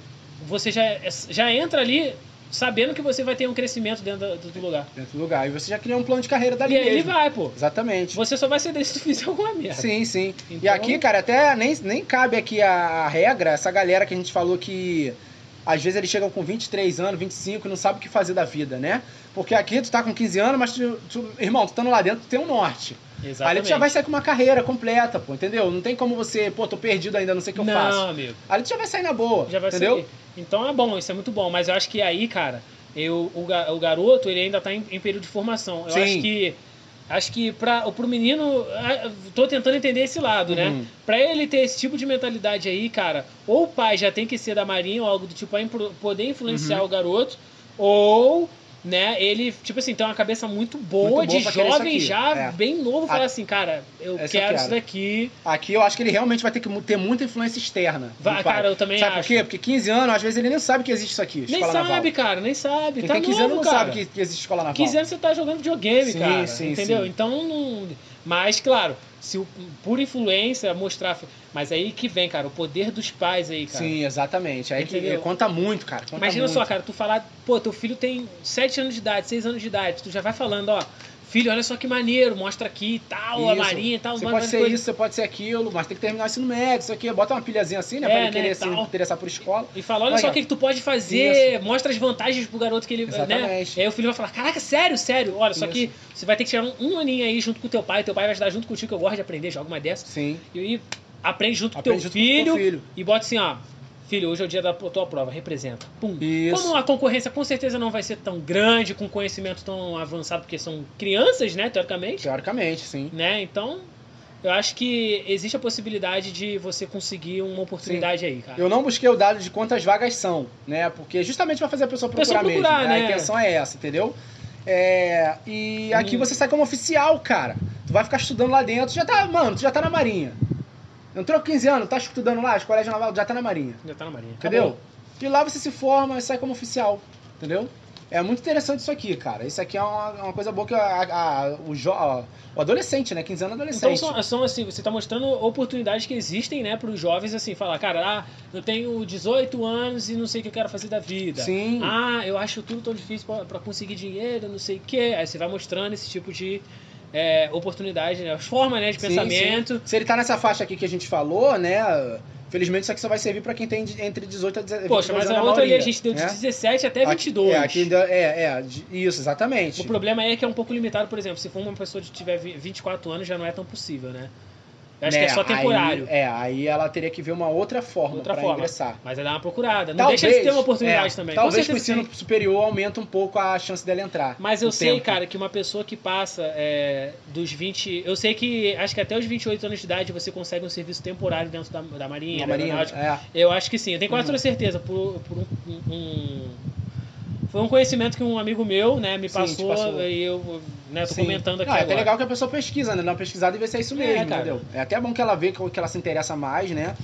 você já, já entra ali sabendo que você vai ter um crescimento dentro do, do lugar.
Dentro do lugar. E você já cria um plano de carreira dali
e aí ele
mesmo.
vai, pô.
Exatamente.
Você só vai ser desse se tu fizer alguma merda.
Sim, sim. E
Então-
aqui, cara, até nem, nem cabe aqui a, a regra, essa galera que a gente falou que às vezes eles chegam com 23 anos, 25 e não sabe o que fazer da vida, né? Porque aqui tu tá com 15 anos, mas tu, tu- irmão, tu estando lá dentro, tu tem um norte.
Exatamente.
Ali tu já vai sair com uma carreira completa, pô, entendeu? Não tem como você, pô, tô perdido ainda, não sei o que eu
não,
faço.
amigo.
Ali tu já vai sair na boa,
Já vai
entendeu?
sair. Então é bom, isso é muito bom. Mas eu acho que aí, cara, eu, o, ga- o garoto ele ainda tá em, em período de formação. Eu
Sim.
acho que. Acho que pra, pro menino. ah, Tô tentando entender esse lado, né?
Uhum.
Pra ele ter esse tipo de mentalidade aí, cara, ou o pai já tem que ser da marinha ou algo do tipo pra influ- poder influenciar
Uhum.
o garoto, ou. Né, ele, tipo assim, tem uma cabeça muito boa
Muito bom
de
pra querer isso
jovem
aqui,
já,
é.
bem novo,
A-
falar assim, cara, eu quero,
Essa é eu
isso
quero.
daqui.
Aqui eu acho que ele realmente vai ter que mu- ter muita influência externa. do
Vai,
pai.
cara, eu também
sabe
acho.
por quê? Porque 15 anos, às vezes ele nem sabe que existe isso aqui,
Nem
escola
sabe,
naval.
cara, nem sabe.
Quem
tá
tem 15
novo,
anos não
cara.
sabe que, que existe escola naval.
15 anos você tá jogando videogame,
Sim,
cara.
sim,
entendeu?
sim.
Então não. Mas, claro, se o, por influência mostrar. Mas aí que vem, cara, o poder dos pais aí, cara.
Sim, exatamente. Aí que
Entendeu?
conta muito, cara. Conta
Imagina
muito.
só, tá cara, tu falar, pô, teu filho tem 7 anos de idade, 6 anos de idade, tu já vai falando, ó, filho, olha só que maneiro, mostra aqui e tal, a
Isso.
marinha e tal,
Você
manda
pode
mais
ser
coisa.
isso, você pode ser aquilo, mas tem que terminar o ensino médio, isso aqui. Bota uma pilhazinha assim, né?
É,
pra ele
né,
querer se
tal.
interessar por escola.
E fala, olha
Olha
só
aí,
o que, que tu pode fazer, mostra as vantagens pro garoto que ele, né?
Exatamente.
E aí o filho vai falar, caraca, sério, sério, olha, só
Isso.
que você vai ter que tirar um, um aninho aí junto com teu pai, teu pai vai ajudar junto contigo, que eu gosto de aprender, joga uma dessa.
Sim.
E aí aprende junto com
Aprende
teu
junto
filho,
com o filho.
e bota assim, ó, filho, hoje é o dia da tua prova, representa. Pum.
Isso.
Como a concorrência com certeza não vai ser tão grande, com conhecimento tão avançado, porque são crianças, né, teoricamente,
Teoricamente, sim.
né? Então, eu acho que existe a possibilidade de você conseguir uma oportunidade aí, cara.
Eu não busquei o dado de quantas vagas são, né? Porque justamente vai fazer a pessoa procurar,
Pessoa procurar,
mesmo.
né?
A intenção é essa, entendeu? É, e aqui
Hum.
você sai como oficial, cara. Tu vai ficar estudando lá dentro, já tá, mano, tu já tá na marinha. Entrou com 15 anos, tá estudando lá, as colégio naval, já tá na marinha.
Já tá na marinha.
Entendeu?
Acabou.
E lá você se forma e sai como oficial, entendeu? É muito interessante isso aqui, cara. Isso aqui é uma, uma coisa boa que a- a- o, jo- a- o adolescente, né? 15 anos é adolescente.
Então são, são assim, você tá mostrando oportunidades que existem, né, pros jovens assim, falar, cara, ah, eu tenho 18 anos e não sei o que eu quero fazer da vida.
Sim.
Ah, eu acho tudo tão difícil pra- pra conseguir dinheiro, não sei o quê. Aí você vai mostrando esse tipo de é, oportunidade, né? As formas né, de
Sim,
pensamento.
Se ele tá nessa faixa aqui que a gente falou, né? Felizmente isso aqui só vai servir pra quem tem de- entre 18 e 19
Poxa, mas a outra ali a gente deu de 17 até 22.
É, né? aqui ainda- é, é, de- isso, exatamente.
O problema aí é que é um pouco limitado, por exemplo, se for uma pessoa que tiver vi- 24 anos já não é tão possível, né? Eu acho
Né,
que é só
aí-
temporário.
é, aí ela teria que ver uma outra forma
Outra
pra
forma.
ingressar.
Mas é dar uma procurada. Não
talvez,
deixa de ter uma oportunidade
é,
também. Com
Talvez com o
certeza
ensino
tem.
superior aumenta um pouco a chance dela entrar.
Mas eu
o
sei,
tempo.
cara, que uma pessoa que passa é, dos 20. Eu sei que acho que até os 28 anos de idade você consegue um serviço temporário dentro da, da Marinha,
Na
da
marinha,
Aeronáutica.
é.
Eu acho que sim, eu tenho quase
Uhum.
toda certeza. Por, por um, um- um- Foi um conhecimento que um amigo meu, né, me
Sim, te
passou,
passou.
e eu né, tô
Sim.
comentando aqui.
Ah, é até
agora.
legal que a pessoa pesquisa, né? Dá uma pesquisada e vê se é isso
É,
mesmo,
cara.
entendeu? É até bom que ela vê que que ela se interessa mais, né?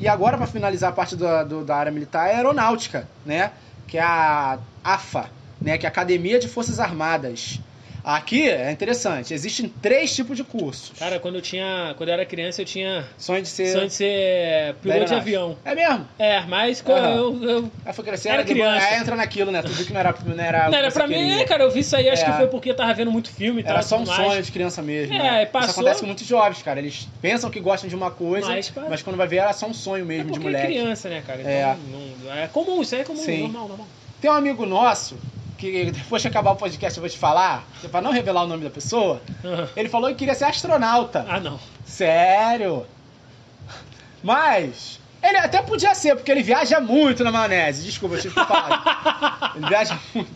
E agora, pra finalizar a parte da- do- da área militar, é a aeronáutica, né? Que é a AFA, né? Que é a Academia de Forças Armadas. Aqui é interessante, existem três tipos de cursos.
Cara, quando eu tinha. Quando eu era criança, eu tinha
Sonho de ser.
sonho de ser piloto de
aeronáutica.
avião.
É mesmo?
É, mas co-
Aham. É
eu- eu
Aí foi crescendo,
Era
aí depois-
criança.
aí entra naquilo, né? Tu viu que não era, não era, o
Não,
que
era
você
pra mim,
queria.
é, cara, eu vi isso aí, acho
É.
que foi porque eu tava vendo muito filme e tal.
Era só um
tudo mais.
sonho de criança mesmo.
É,
né?
e passou-
Isso acontece com muitos jovens, cara. Eles pensam que gostam de uma coisa,
Mas,
mas,
pá,
quando vai ver era só um sonho
é
mesmo de
porque é
moleque.
criança, né, cara? Então,
É.
não- é comum, isso aí é comum,
Sim.
normal, normal.
Tem um amigo nosso, que depois que acabar o podcast eu vou te falar, que é pra não revelar o nome da pessoa, ele falou que queria ser astronauta.
Ah, não.
Sério? Mas. Ele até podia ser, porque ele viaja muito na maionese. Desculpa, eu tive que falar. ele viaja muito.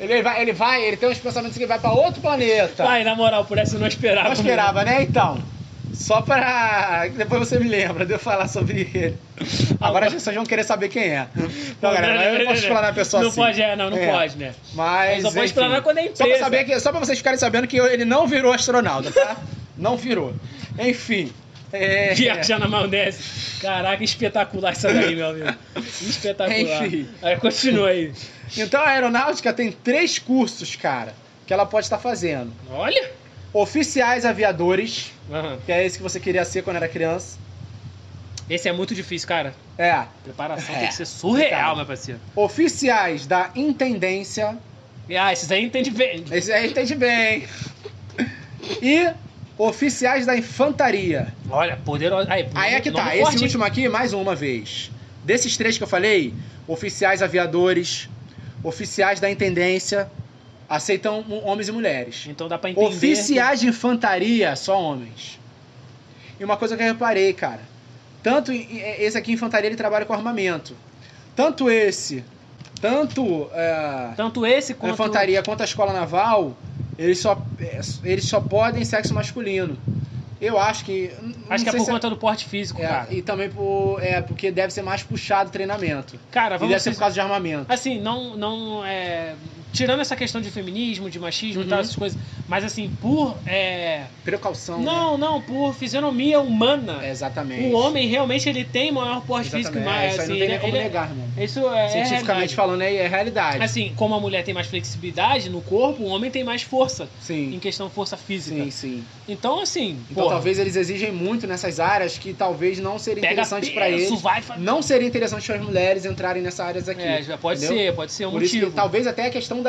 Ele vai, ele vai, ele tem uns pensamentos que ele vai pra outro planeta.
Ai, na moral, por essa eu não esperava.
Tá. Não esperava, né? Então, só para. Depois você me lembra de eu falar sobre ele. Agora as pessoas vão querer saber quem é. Então, galera, mas eu não posso explanar a pessoa
Não
assim.
pode, é, não, não
É.
pode, né?
Mas.
Só pode
enfim,
explanar quando é
só pra,
empresa.
saber que, só pra vocês ficarem sabendo que eu- ele não virou astronauta, tá? não virou. Enfim. É,
Viajar na maionese. Caraca, espetacular isso daí, meu amigo. Espetacular.
Enfim.
Aí, continua aí.
Então a aeronáutica tem três cursos, cara, que ela pode estar fazendo.
Olha.
Oficiais aviadores,
Aham.
que é esse que você queria ser quando era criança.
Esse é muito difícil, cara.
É.
Preparação
É.
tem que ser surreal,
Complicado.
meu parceiro.
Oficiais da intendência.
Ah, esses aí entende bem.
Esse aí entende bem. E oficiais da infantaria.
Olha, poderoso. Aí,
Aí é que tá.
nome
Esse
forte, hein?
último aqui, mais uma vez. Desses três que eu falei, oficiais aviadores, oficiais da intendência, aceitam hom- homens e mulheres.
Então dá pra entender.
Oficiais de infantaria, só homens. E uma coisa que eu reparei, cara. Tanto em- em- esse aqui, infantaria, ele trabalha com armamento. Tanto esse, tanto. é,
Tanto esse
a
quanto.
infantaria quanto a escola naval, eles só, é, eles só podem sexo masculino. Eu acho que. n- não
Acho que é
sei
por
se
conta do porte físico,
é,
cara.
E também por, é, porque deve ser mais puxado o treinamento.
Cara,
E deve
vamos.
ser por causa de armamento.
Assim, não. não é... Tirando essa questão de feminismo, de machismo e
Uhum.
tal, essas coisas. Mas assim, por. é,
Precaução. né?
Não, não, por fisionomia humana.
É, Exatamente.
O homem realmente ele tem maior porte
Exatamente.
físico, mas
Isso aí
assim,
não tem
ele,
nem como
ele é-
negar, irmão.
Isso é.
Cientificamente
realidade.
falando, é, é realidade.
Assim, como a mulher tem mais flexibilidade no corpo, o homem tem mais força em
Sim.
questão força física.
Sim, sim.
Então, assim,
Então
porra,
talvez eles exigem muito nessas áreas que talvez não seria
pega
interessante pra
peso,
eles.
vai fazer.
Não seria interessante para as mulheres entrarem nessas áreas aqui.
É, já pode
entendeu?
ser, pode ser um
Por isso
motivo.
que talvez até a questão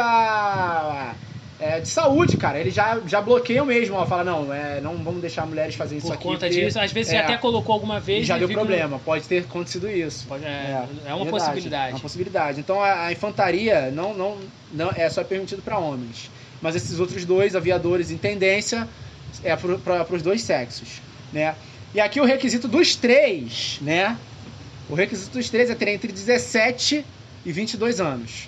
da. é, de saúde, cara. Eles já, já bloqueiam mesmo, ó. Fala, não, é, não vamos deixar mulheres fazerem isso
Por
aqui.
conta
porque
disso, às vezes
é.
até colocou alguma vez
já
e
deu
fica um-
problema. Pode ter acontecido isso.
Pode- é, é, uma
Verdade, É
possibilidade.
uma possibilidade. Então a, a infantaria não, não, não é só permitido para homens. Mas esses outros dois, aviadores em tendência, é para os dois sexos, né? E aqui o requisito dos três, né? O requisito dos três é ter entre 17 e 22 anos,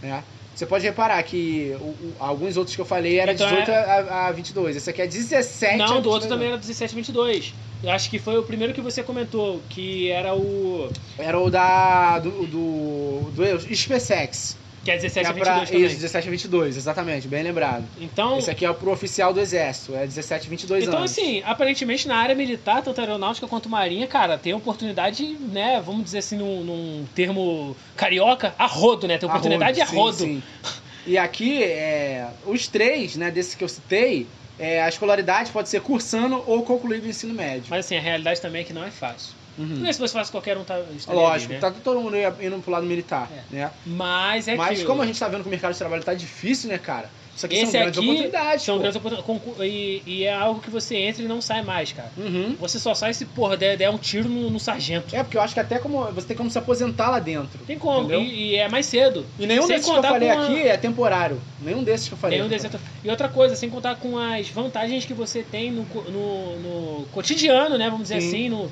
né? Você pode reparar que o- o- alguns outros que eu falei era
Então é-
18 a, a 22. Esse aqui é 17 a
Não, do outro
22
também
anos.
era 1722. Eu acho que foi o primeiro que você comentou, que era o.
Era o da... do... do, do SpaceX.
Que é
Que é
1722
pra...
também.
Isso, 17 a 22, exatamente, bem lembrado.
Então,
Esse aqui é pro oficial do exército, é 17 a 22
então
anos.
assim, aparentemente na área militar, tanto aeronáutica quanto marinha, cara, tem oportunidade, né? Vamos dizer assim, num, num termo carioca, a rodo, né? Tem oportunidade a
Arrodo,
rodo.
sim, sim. E aqui, é, os três, né, desses que eu citei, é, a escolaridade pode ser cursando ou concluído o ensino médio.
Mas assim, a realidade também é que não é fácil.
Uhum.
Não é se você faz qualquer um tá estaria
Lógico,
ali, né?
tá todo mundo indo pro lado militar, né?
Mas é
Mas
que
como a gente tá vendo que o mercado de trabalho tá difícil, né, cara? Isso aqui
Esse
são grandes
aqui
oportunidades,
são
pô.
grandes oportunidades e, e é algo que você entra e não sai mais, cara.
Uhum.
Você só sai se, porra, der, der um tiro no, no sargento.
É, porque eu acho que até como você tem como se aposentar lá dentro.
Tem como,
Entendeu?
e, e é mais cedo.
E nenhum
Sem
desses que eu
contar
falei
com a-
aqui é temporário. Nenhum desses que eu falei.
Nenhum
é
deles é tão- E outra coisa, sem contar com as vantagens que você tem no, co- no, no cotidiano, né? Vamos dizer
Sim.
assim, no,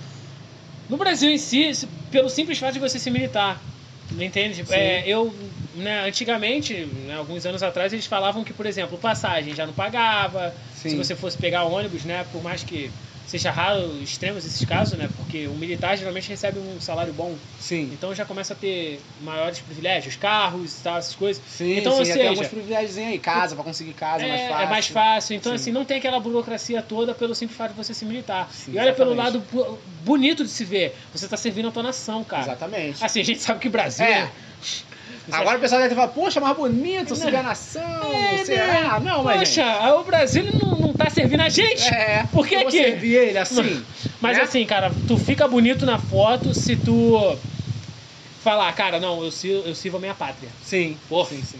no Brasil em si, se- pelo simples fato de você ser militar. Entende? Tipo, é, eu, né, antigamente, né, alguns anos atrás, eles falavam que, por exemplo, passagem já não pagava.
Sim.
é- Se você fosse pegar ônibus, né? Por mais que seja raro, extremos esses casos, né? Porque o militar geralmente recebe um salário bom.
Sim.
Então já começa a ter maiores privilégios, carros e tal, essas coisas.
Sim,
Então,
então,
ou
sim,
seja,
tem alguns privilégios aí. Casa, pra conseguir casa, é mais fácil.
É mais fácil. Então,
Sim.
assim, não tem aquela burocracia toda pelo simples fato de você se militar.
Sim,
e olha pelo lado
exatamente.
bu- bonito de se ver. Você tá servindo a tua nação, cara.
Exatamente.
Assim, a gente sabe que Brasil.
É.
né?
Agora o pessoal deve falar, poxa, mais bonito,
Não.
subir a nação,
É,
será? Ah, Não, mas.
Poxa, aí o Brasil não, não tá servindo a gente.
gente, é,
por que
eu vou
que-
servir ele assim?
Mas
né?
assim, cara, tu fica bonito na foto se tu falar, cara, não, eu sirvo, eu sirvo a minha pátria.
Sim.
Porra.
Sim, sim.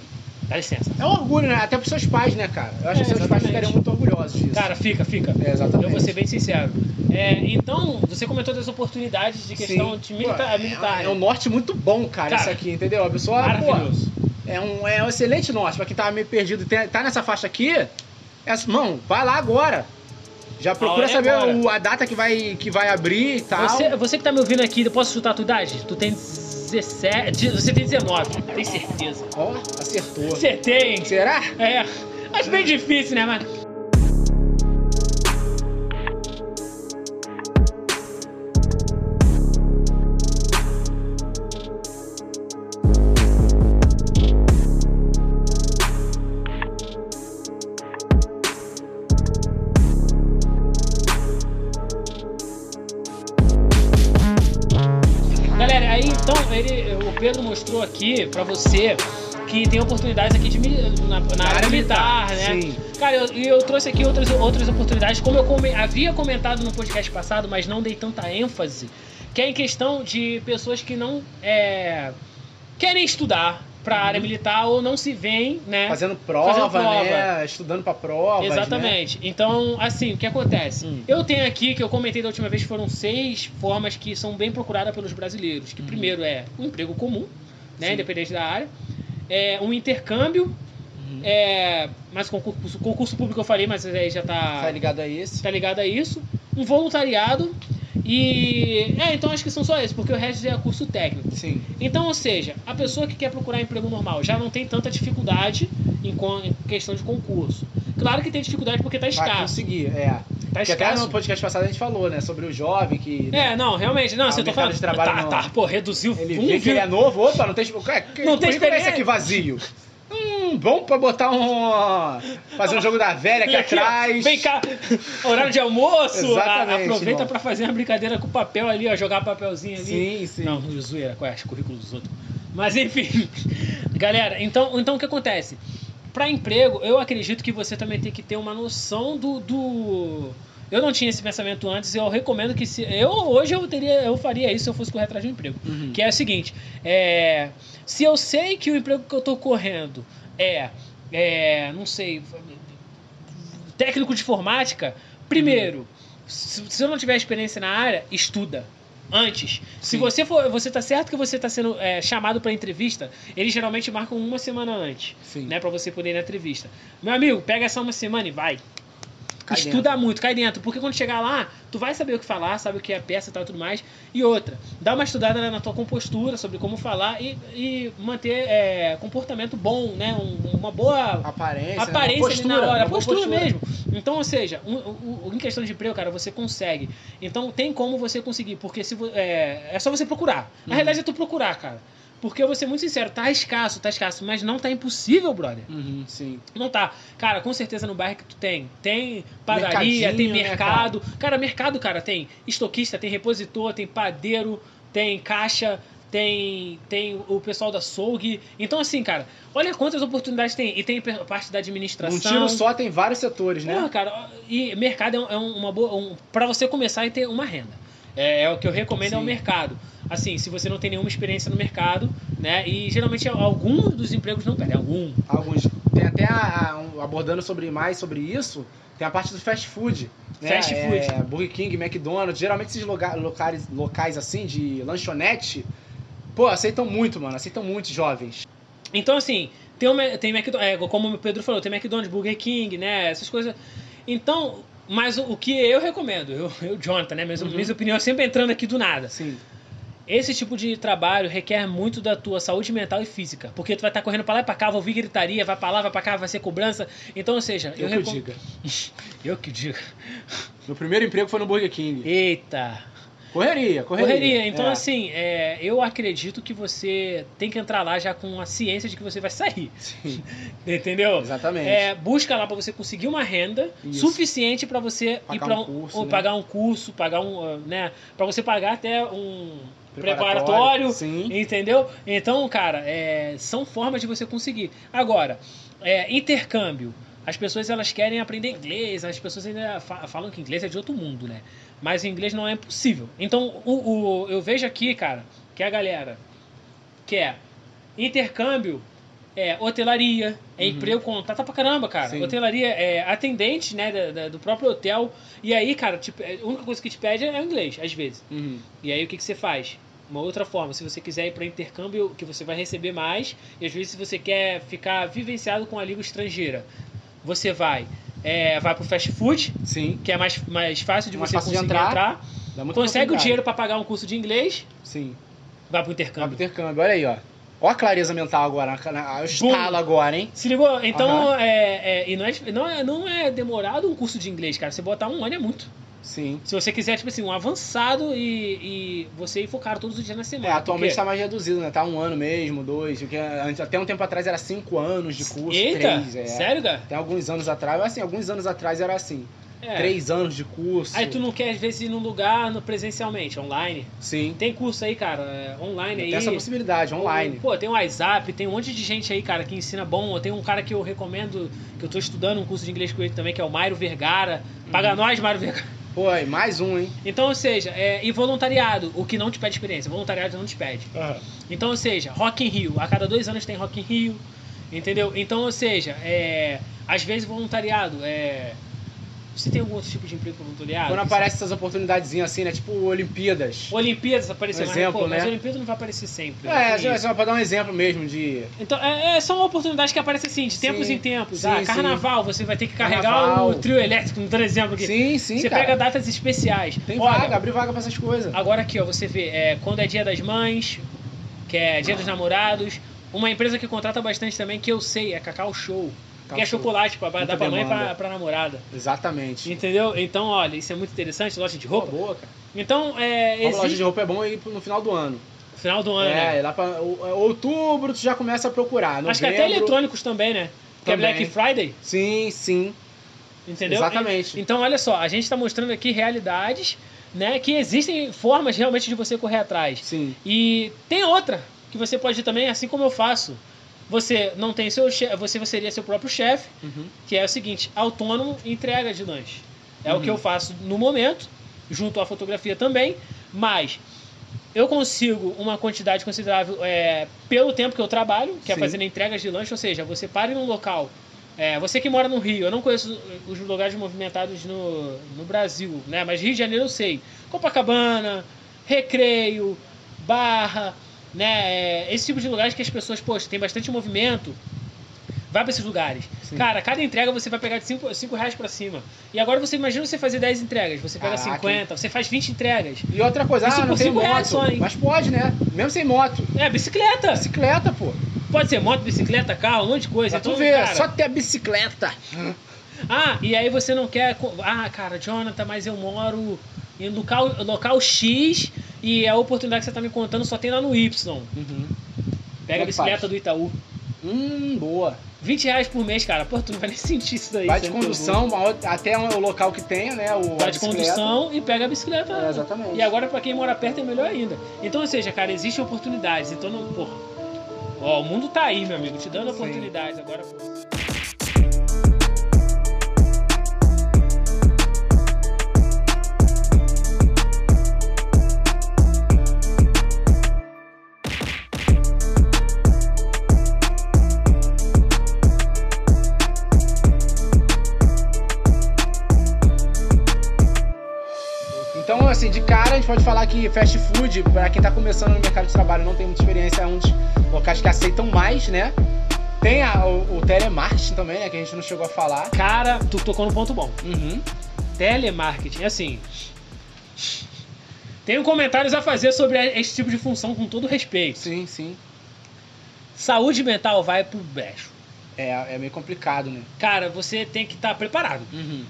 Dá licença.
É um orgulho, né? Até pros seus pais, né, cara? Eu acho
É,
que seus pais
exatamente.
ficariam muito orgulhosos disso.
Cara, fica, fica.
é, exatamente.
Eu vou ser bem sincero. É, então, você comentou das oportunidades de é questão
Sim.
de milita
Pô,
militar. né?
É, é um norte muito bom, cara,
Cara,
isso aqui, entendeu? A pessoa, pô,
Maravilhoso.
É um, é um excelente norte. Pra quem tava meio perdido, tem- tá nessa faixa aqui, é, mão, vai lá agora. Já procura
hora é
saber
agora.
o- a data que vai, que vai abrir e tal.
Você, você que tá me ouvindo aqui, eu posso chutar a tua idade? Tu tem 17. Você tem 19, tem certeza.
Ó, acertou.
Você tem!
Será?
É. Acho bem difícil, né, mano? Galera, aí então ele, o Pedro mostrou aqui pra você que tem oportunidades aqui de, mili- na, na área militar, né?
Sim.
Cara, eu- e eu, trouxe aqui outras, outras oportunidades, como eu come- havia comentado no podcast passado, mas não dei tanta ênfase, que é em questão de pessoas que não é, querem estudar pra área
Uhum.
militar ou não se veem, né?
Fazendo prova,
Fazendo prova.
né? Estudando pra prova.
Exatamente. Então, assim, o que acontece?
né? Hum.
Eu tenho aqui, que eu comentei da última vez, foram seis formas que são bem procuradas pelos brasileiros. Que
Uhum.
primeiro é um emprego comum, né?
Sim.
Independente da área. É, um intercâmbio,
Né?
é, mas concurso, concurso público eu falei, mas aí já tá,
Tá ligado a isso?
tá ligado a isso. Um voluntariado. E. É, então acho que são só esses, porque o resto já é curso técnico.
Sim.
Então, ou seja, a pessoa que quer procurar emprego normal já não tem tanta dificuldade em, co- em questão de concurso. Claro que tem dificuldade porque tá
Vai
escasso.
conseguir, é.
Tá
Porque até no
escasso.
podcast passado a gente falou, né? Sobre o jovem que.
É, não, realmente, não,
Ah,
você
o
tá
mercado
falando.
de trabalho
tá,
não.
tá, pô, reduziu
Ele
um
vê que ele é novo, opa, não tem. Não
Não tem
esse
experiência.
aqui vazio. Hum, um bom pra botar um. Fazer um jogo da velha aqui
E aqui, ó,
atrás.
Vem cá, horário de almoço. a-
Exatamente,
aproveita
irmão.
pra fazer uma brincadeira com papel ali, ó, jogar papelzinho ali.
Sim, sim.
Não, zoeira, qual é? Acho que o currículo dos outros. Mas enfim, galera, então, então o que acontece? Para emprego, eu acredito que você também tem que ter uma noção do, do. Eu não tinha esse pensamento antes, eu recomendo que se. Eu hoje eu teria, eu faria isso se eu fosse correr atrás de um emprego.
Uhum.
Que é o seguinte: é, se eu sei que o emprego que eu tô correndo é, é, não sei, técnico de informática, primeiro, se, se eu não tiver experiência na área, estuda. Antes. Se
Sim.
você for. Você tá certo que você tá sendo é, chamado para entrevista, eles geralmente marcam uma semana antes,
Sim.
né? para você poder ir na entrevista. Meu amigo, pega essa uma semana e vai.
Cai
é Estuda muito, cai dentro, porque quando chegar lá, tu vai saber o que falar, sabe o que é a peça e tal e tudo mais. E outra, dá uma estudada né, na tua compostura sobre como falar e, e manter é, comportamento bom, né? Um- uma boa
Aparência. né?
aparência
Uma
ali na hora,
uma boa
postura, mesmo. Então, ou seja, um- um- um- em questão de emprego, cara, você consegue. Então tem como você conseguir, porque se vo- é, é só você procurar. Na
Uhum.
realidade é tu procurar, cara. Porque eu vou ser muito sincero, tá escasso, tá escasso, mas não tá impossível, brother.
Uhum, sim.
Não tá. Cara, com certeza no bairro que tu tem. Tem padaria,
Mercadinho,
tem
né,
mercado. cara? mercado, cara, tem estoquista, tem repositor, tem padeiro, tem caixa, tem, tem o pessoal da SOG. Então, assim, cara, olha quantas oportunidades tem. E tem per- parte da administração.
Um tiro só tem vários setores, né?
Porra, cara, ó, e mercado é, um- é um- uma boa. Um, para você começar e ter uma renda. É, é o que eu recomendo é o
Sim.
mercado. Assim, se você não tem nenhuma experiência no mercado, né? E geralmente alguns dos empregos não perdem. Algum.
Alguns. Tem até a- a- um- abordando sobre mais sobre isso. Tem a parte do fast food. Né?
Fast
É,
food.
Burger King, McDonald's. Geralmente esses lugar- locais, locais assim de lanchonete. Pô, aceitam muito, mano. Aceitam muito jovens.
Então, assim, tem, o Ma- tem McDonald's, como o Pedro falou, tem McDonald's, Burger King, né? Essas coisas. Então, mas o, o que eu recomendo, eu, eu Jonathan, né? Minhas,
Uhum.
minhas opiniões sempre entrando aqui do nada.
Sim.
Esse tipo de trabalho requer muito da tua saúde mental e física. Porque tu vai estar correndo pra lá e pra cá, vai ouvir gritaria, vai pra lá, vai pra cá, vai ser cobrança. Então, ou seja, eu,
Eu, é que eu
recom-
diga.
Eu que digo.
Meu primeiro emprego foi no Burger King.
Eita.
Correria, correria.
Correria. Então,
É.
assim, é, eu acredito que você tem que entrar lá já com a ciência de que você vai sair.
Sim,
Entendeu?
exatamente.
É, busca lá pra você conseguir uma renda
Isso.
suficiente pra você
Pagar
ir para
um
um,
curso,
ou
né?
pagar um curso, pagar um, ah, né, para você pagar até um preparatório,
Sim.
entendeu? Então, cara, é, são formas de você conseguir. Agora, é, intercâmbio. As pessoas elas querem aprender inglês, as pessoas ainda fa- falam que inglês é de outro mundo, né? Mas inglês não é impossível. Então, o, o- eu vejo aqui, cara, que a galera quer é intercâmbio, é hotelaria, é
Uhum.
emprego, contrata pra caramba, cara.
Sim.
Hotelaria é atendente, né, da- da- do próprio hotel. E aí, cara, tipo, a única coisa que te pede é o inglês, às vezes.
Uhum.
E aí o que, que você faz? Uma outra forma, se você quiser ir para intercâmbio, que você vai receber mais, e às vezes se você quer ficar vivenciado com a língua estrangeira, você vai é, vai pro fast food,
Sim.
que é mais, mais fácil de
Mais
você
fácil de
conseguir entrar,
entrar, Dá
consegue
muita
o
oportunidade.
dinheiro para pagar um curso de inglês,
Sim.
vai pro
Vai pro
intercâmbio.
intercâmbio. Olha aí, ó. Ó a clareza mental agora. na- na- Eu estalo agora, hein?
Se ligou? Então,
Aham.
é, é, e não é, não, é, não é demorado um curso de inglês, cara. Você botar um ano é muito.
Sim.
Se você quiser, tipo assim, um avançado e, e você ir focado todos os dias na
É,
semana.
atualmente
porque-
tá mais reduzido, né? Tá um ano mesmo, dois. o que antes- Até um tempo atrás era cinco anos de tá curso,
Eita,
três. É.
sério, cara?
Até alguns anos atrás, assim, alguns anos atrás era assim.
É.
Três anos de curso.
Aí tu não quer, às vezes, ir num lugar no- presencialmente, online.
Sim.
Tem curso aí, cara, é, online aí.
Tem essa possibilidade, online.
Pô, tem o WhatsApp, tem um monte de gente aí, cara, que ensina bom. Tem um cara que eu recomendo, que eu tô estudando um curso de inglês com ele também, que é o Mairo Vergara. Paga
Uhum.
nós, Mairo Vergara.
Pô, aí, mais um, hein?
Então, ou seja, é, e voluntariado, o que não te pede experiência. Voluntariado não te pede. Então, ou seja, Rock in Rio. A cada dois anos tem Rock in Rio. Entendeu? Então, ou seja, é, às vezes voluntariado é... Você tem algum outro tipo de emprego pra voluntariado?
Quando
Que
aparecem essas oportunidades assim, né? Tipo Olimpíadas.
Olimpíadas apareceu,
Um
mas,
exemplo,
pô, mas
né?
Olimpíadas não vai aparecer sempre. né?
É,
Tem
já,
isso.
só pra dar um exemplo mesmo de.
Então, é, é, são oportunidades que aparecem assim, de tempos
Sim,
em tempos.
sim,
ah,
sim.
carnaval, você vai ter que carregar
Carnaval.
o trio elétrico, não dando exemplo aqui.
Sim, sim.
você
cara.
pega datas especiais.
Tem
Olha,
vaga, abre vaga pra essas coisas.
Agora aqui, ó, você vê, é, quando é dia das mães, que é dia dos namorados. Uma empresa que contrata bastante também, que eu sei, é Cacau Show. que é chocolate pra, pra
Muita
dar pra mãe e pra,
demanda.
pra namorada.
Exatamente.
Entendeu? Então, olha, isso é muito interessante, loja de
Roupa
roupa.
boa, cara.
Então, é.
Uma loja
existe-
de roupa é bom aí pro- no final do ano.
Final do ano, né?
É, lá pra o- é, outubro tu já começa a procurar.
Acho que é até
novembro-
eletrônicos também, né? Que é
Também.
Black Friday,
Sim, sim.
entendeu?
Exatamente.
E- Então, olha só, a gente tá mostrando aqui realidades, né? Que existem formas realmente de você correr atrás.
Sim.
E tem outra que você pode ir também, assim como eu faço. Você não tem seu chefe, você seria seu próprio chefe,
Uhum.
que é o seguinte, autônomo e entrega de lanche. É o
Uhum.
que eu faço no momento, junto à fotografia também, mas eu consigo uma quantidade considerável é, pelo tempo que eu trabalho, que é
Sim.
fazendo entregas de lanche, ou seja, você para em um local. é, você que mora no Rio, eu não conheço os lugares movimentados no, no Brasil, né? Mas Rio de Janeiro eu sei. Copacabana, Recreio, Barra, né? É, Esse tipo de lugares que as pessoas, poxa, tem bastante movimento. Vai pra esses lugares.
Sim.
Cara, cada entrega você vai pegar de 5 reais pra cima. E agora você imagina você fazer 10 entregas, você pega
Caraca,
50, você faz 20 entregas.
E outra coisa,
Isso
ah, não
por
tem
cinco
moto.
reais só, hein?
Mas pode, né? Mesmo sem moto.
É, bicicleta.
Bicicleta, pô.
Pode ser moto, bicicleta, carro, um monte de coisa.
Pra tu
Então,
ver,
cara,
só ter a bicicleta.
Ah, e aí você não quer. co- Ah, cara, Jonathan, mas eu moro em local, local X e a oportunidade que você tá me contando só tem lá no Y.
Uhum.
Pega a
Como
bicicleta
faz?
do Itaú.
Hum, boa.
20 reais por mês, cara. Pô, tu não vai nem sentir isso daí.
Vai de
isso é muito
condução, uma outra- até o local que tenha, né? O,
bom.
a
Vai de
bicicleta.
condução e pega a bicicleta.
É, exatamente.
E agora, pra quem mora perto, é melhor ainda. Então, ou seja, cara, existem oportunidades. Então, não, porra. Ó, o mundo tá aí, meu amigo, te dando
Sim.
oportunidades. Agora, pô.
Então, assim, de cara a gente pode falar que fast food, pra quem tá começando no mercado de trabalho e não tem muita experiência, é um dos locais que aceitam mais, né? Tem a- o, o telemarketing também, né? Que a gente não chegou a falar.
Cara, tu tocou no ponto bom.
Uhum.
telemarketing. Assim, tenho comentários a fazer sobre esse tipo de função com todo respeito.
Sim, sim.
Saúde mental vai pro brecho.
É, é meio complicado, né?
Cara, você tem que estar preparado.
Uhum.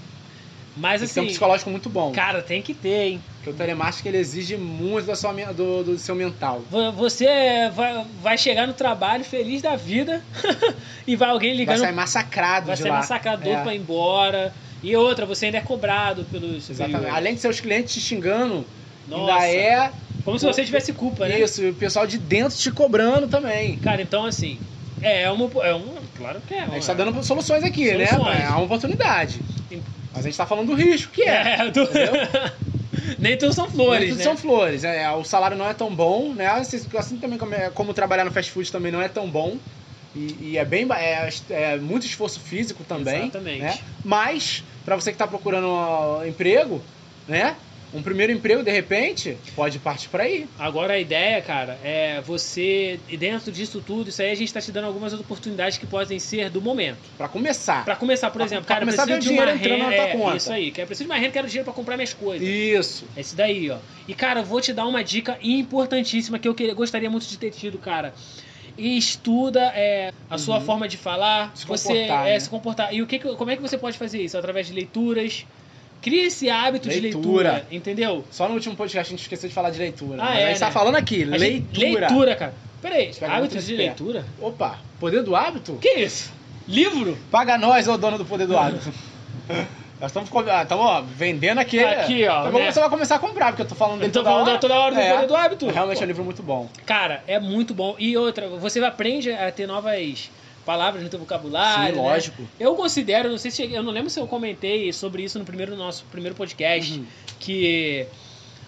Mas
Tem que ter um
assim,
psicológico muito bom.
cara, tem que ter, hein?
Porque o telemarketing ele exige muito da sua, men- do, do seu mental.
Vo- Você vai, vai chegar no trabalho feliz da vida e vai alguém
Vai
ligando.
sair massacrado
Vai
de
ser
lá.
massacrador
É.
pra ir embora. E outra, você ainda é cobrado pelos.
Exatamente.
superiores.
Além de seus clientes te xingando,
Nossa,
ainda é
Como se você tivesse culpa, né?
Isso, e o pessoal de dentro te cobrando também.
Cara, então assim. É uma. É um, claro que é.
A
uma-
gente tá dando soluções aqui,
Soluções.
né? É uma oportunidade.
Sim.
Mas a gente tá falando do risco, que é.
É, do- Nem todos são flores,
Tudo
né?
São flores. É, o salário não é tão bom, né? Assim, assim também como, é- como trabalhar no fast food também não é tão bom. E, e é bem ba- é, é muito esforço físico também.
Exatamente.
né? Mas, pra você que tá procurando ó, emprego, né? Um primeiro emprego, de repente, pode partir pra aí.
Agora a ideia, cara, é você, e dentro disso tudo, isso aí a gente tá te dando algumas oportunidades que podem ser do momento.
Pra começar.
Pra começar, por
Pra-
exemplo,
pra
cara, eu
começar,
preciso de
vem o
uma
dinheiro entrando
renda.
na tua
É,
conta.
isso aí, que eu preciso de uma renda, quero dinheiro pra comprar minhas coisas.
Isso.
É isso daí, ó. E, cara, eu vou te dar uma dica importantíssima que eu queria- gostaria muito de ter tido, cara. E estuda é, a sua
Uhum.
forma de falar,
Se
você
comportar,
é,
né?
se comportar. E o que, que- como é que você pode fazer isso? Através de leituras. Cria esse hábito
Leitura.
de leitura, entendeu?
Só no último podcast a gente esqueceu de falar de leitura.
Ah,
Mas
é,
a gente tá
né?
falando aqui,
A gente-
leitura.
leitura, cara. Peraí,
Pega muito
hábitos de
esse pé.
leitura?
Opa, poder do hábito?
Que é isso? Livro?
Paga nós, ô dono do poder do hábito. Nós estamos com- ah, estamos, ó, vendendo aqui.
Aqui, ó,
Daqui a pouco
né?
Você vai começar a comprar, porque eu tô falando
Eu
dele
tô
toda
falando
hora.
Então toda hora do
É.
poder do hábito.
Realmente é
Pô,
um livro muito bom.
Cara, é muito bom. E outra, você aprende a ter novas palavras no teu vocabulário.
Sim,
né?
lógico.
Eu considero, não sei se eu não lembro se eu comentei sobre isso no primeiro nosso primeiro podcast,
Uhum.
que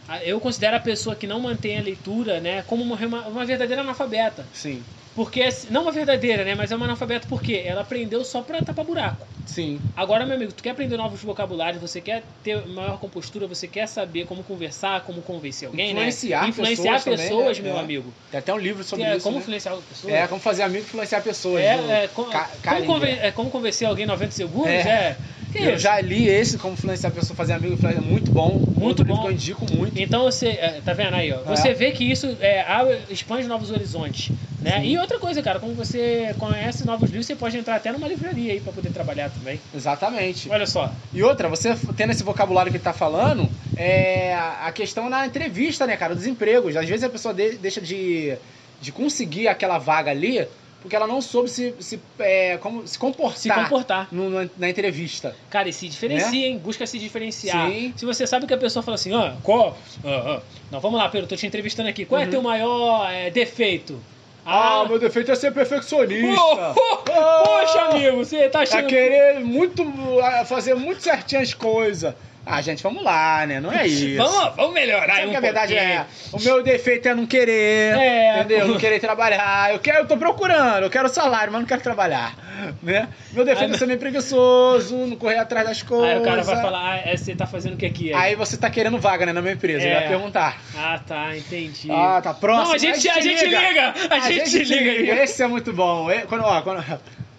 a- eu considero a pessoa que não mantém a leitura, né, como uma, uma, uma verdadeira analfabeta.
Sim,
Porque assim, não uma verdadeira, né, mas é uma analfabeta porque ela aprendeu só pra tapar buraco.
sim.
Agora, meu amigo, tu quer aprender novos vocabulários, você quer ter maior compostura, você quer saber como conversar, como convencer alguém,
Influenciar
né? Influenciar
pessoas também,
pessoas,
né?
meu
É.
amigo.
Tem até um livro sobre
É,
isso.
como
né?
influenciar pessoas?
É, como fazer amigo e influenciar pessoas. do-
É, é, com-
Ca-
como,
Carringer.
conven- é, como convencer alguém em 90 segundos? É. Que
Eu
isso?
já li esse, como influenciar pessoas, fazer amigo e influenciar. é Muito bom. Outro livro
bom.
que eu indico muito.
Então você. é, Tá vendo aí, ó?
É.
Você vê que isso é, abre- expande novos horizontes. Né?
Sim.
E outra coisa, cara, como você conhece novos livros, você pode entrar até numa livraria aí pra poder trabalhar também.
Exatamente.
Olha só.
E outra, você tendo esse vocabulário que ele tá falando, é, a questão na entrevista, né, cara? Dos empregos. Às vezes a pessoa de- deixa de, de conseguir aquela vaga ali porque ela não soube se, se, é, como, se comportar
Se comportar.
no- na, na entrevista.
Cara, e se diferencia, hein? Busca se diferenciar.
Né? Sim.
Se você sabe que a pessoa fala assim, ó, qual. ah, ah. Não, vamos lá, Pedro, tô te entrevistando aqui. Qual é
Uhum.
teu maior eh, defeito?
Ah, meu defeito é ser perfeccionista.
Oh, oh,
Ah,
Poxa, amigo, você tá
É
achando.
querer muito. a fazer muito certinho as coisas. Ah, gente, vamos lá, né? Não é isso.
Vamos, vamos melhorar.
Sabe
um
que a verdade é,
pouquinho.
o meu defeito é não querer,
É,
entendeu?
pô.
Não querer trabalhar. Eu quero, eu tô procurando, eu quero salário, mas não quero trabalhar, né? Meu
Aí
defeito
não-
é ser meio preguiçoso, não correr atrás das coisas.
Aí o cara vai falar, ah, é, você tá fazendo o que aqui?
É, Aí você tá querendo vaga, né, na minha empresa,
É.
vai perguntar.
Ah, tá, entendi.
Ah, tá próximo.
Não, a gente, a gente liga. A, gente, liga.
Esse é muito bom. E- Quando, ó, quando...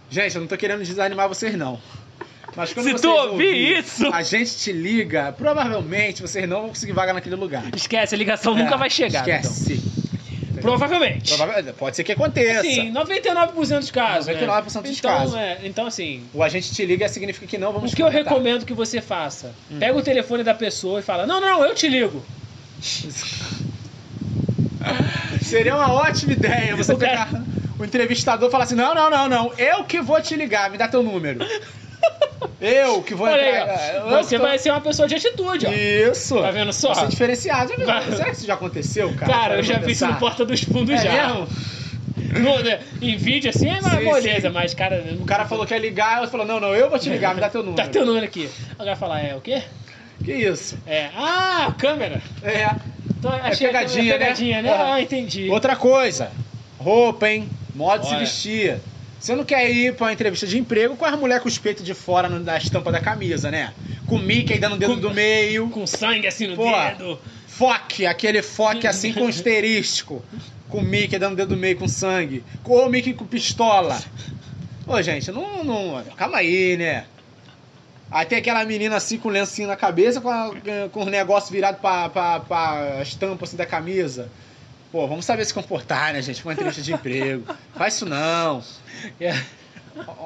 Gente, eu não tô querendo desanimar vocês, não. Mas quando
Se
vocês
tu ouvir
ouvirem,
isso-
A gente te liga, provavelmente vocês não vão conseguir vaga naquele lugar.
Esquece, a ligação nunca
É,
vai chegar.
Esquece.
então. Provavelmente. Assim,
Provavelmente- Pode ser que aconteça.
Sim, 99% dos casos.
99% dos
então,
casos.
é, então, assim,
O agente te liga significa que não vamos
o que eu
contratar.
recomendo que você faça?
Hum.
Pega o telefone da pessoa e fala: Não, não, eu te ligo.
Seria uma ótima ideia você
O cara-
pegar o entrevistador e falar assim: não, não, não, não, eu que vou te ligar, me dá teu número. Eu que vou
Olha aí,
entrar. é,
ó,
eu
Você
que tô-
vai ser uma pessoa de atitude, ó.
Isso!
Tá vendo só?
Vai ser diferenciado. Já viu-
Vai-
Será que isso já aconteceu, cara?
Cara, eu já vi
fiz
isso no Porta dos Fundos
É
já.
mesmo?
No- né, em vídeo assim é uma
Sim,
moleza,
sim.
mas, cara.
O cara falou que ia ligar, ela falou: não, não, eu vou te ligar, me dá teu número.
Tá teu número aqui. Agora falar, é o quê?
Que isso?
É. Ah, câmera.
É.
Então, achei a câmera-
pegadinha, né?
pegadinha, né?
Aham.
Ah, entendi.
Outra coisa, roupa, hein? Modo de se
Olha.
vestir. Você não quer ir pra uma entrevista de emprego com as mulheres com os peitos de fora no- na estampa da camisa, né? Com o Mickey dando o dedo
Com-
do meio.
Com sangue assim no
Pô.
dedo.
Foque, aquele foque assim com asterisco. Com o Mickey dando o dedo do meio com sangue. Ou o Mickey com pistola. Ô, gente, não, não. Calma aí, né? Aí tem aquela menina assim com o lencinho na cabeça, com, a- com o negócio virado pra, pra, pra estampa assim da camisa. Pô, vamos saber se comportar, né, gente? Com uma entrevista de emprego. Faz isso não.
É.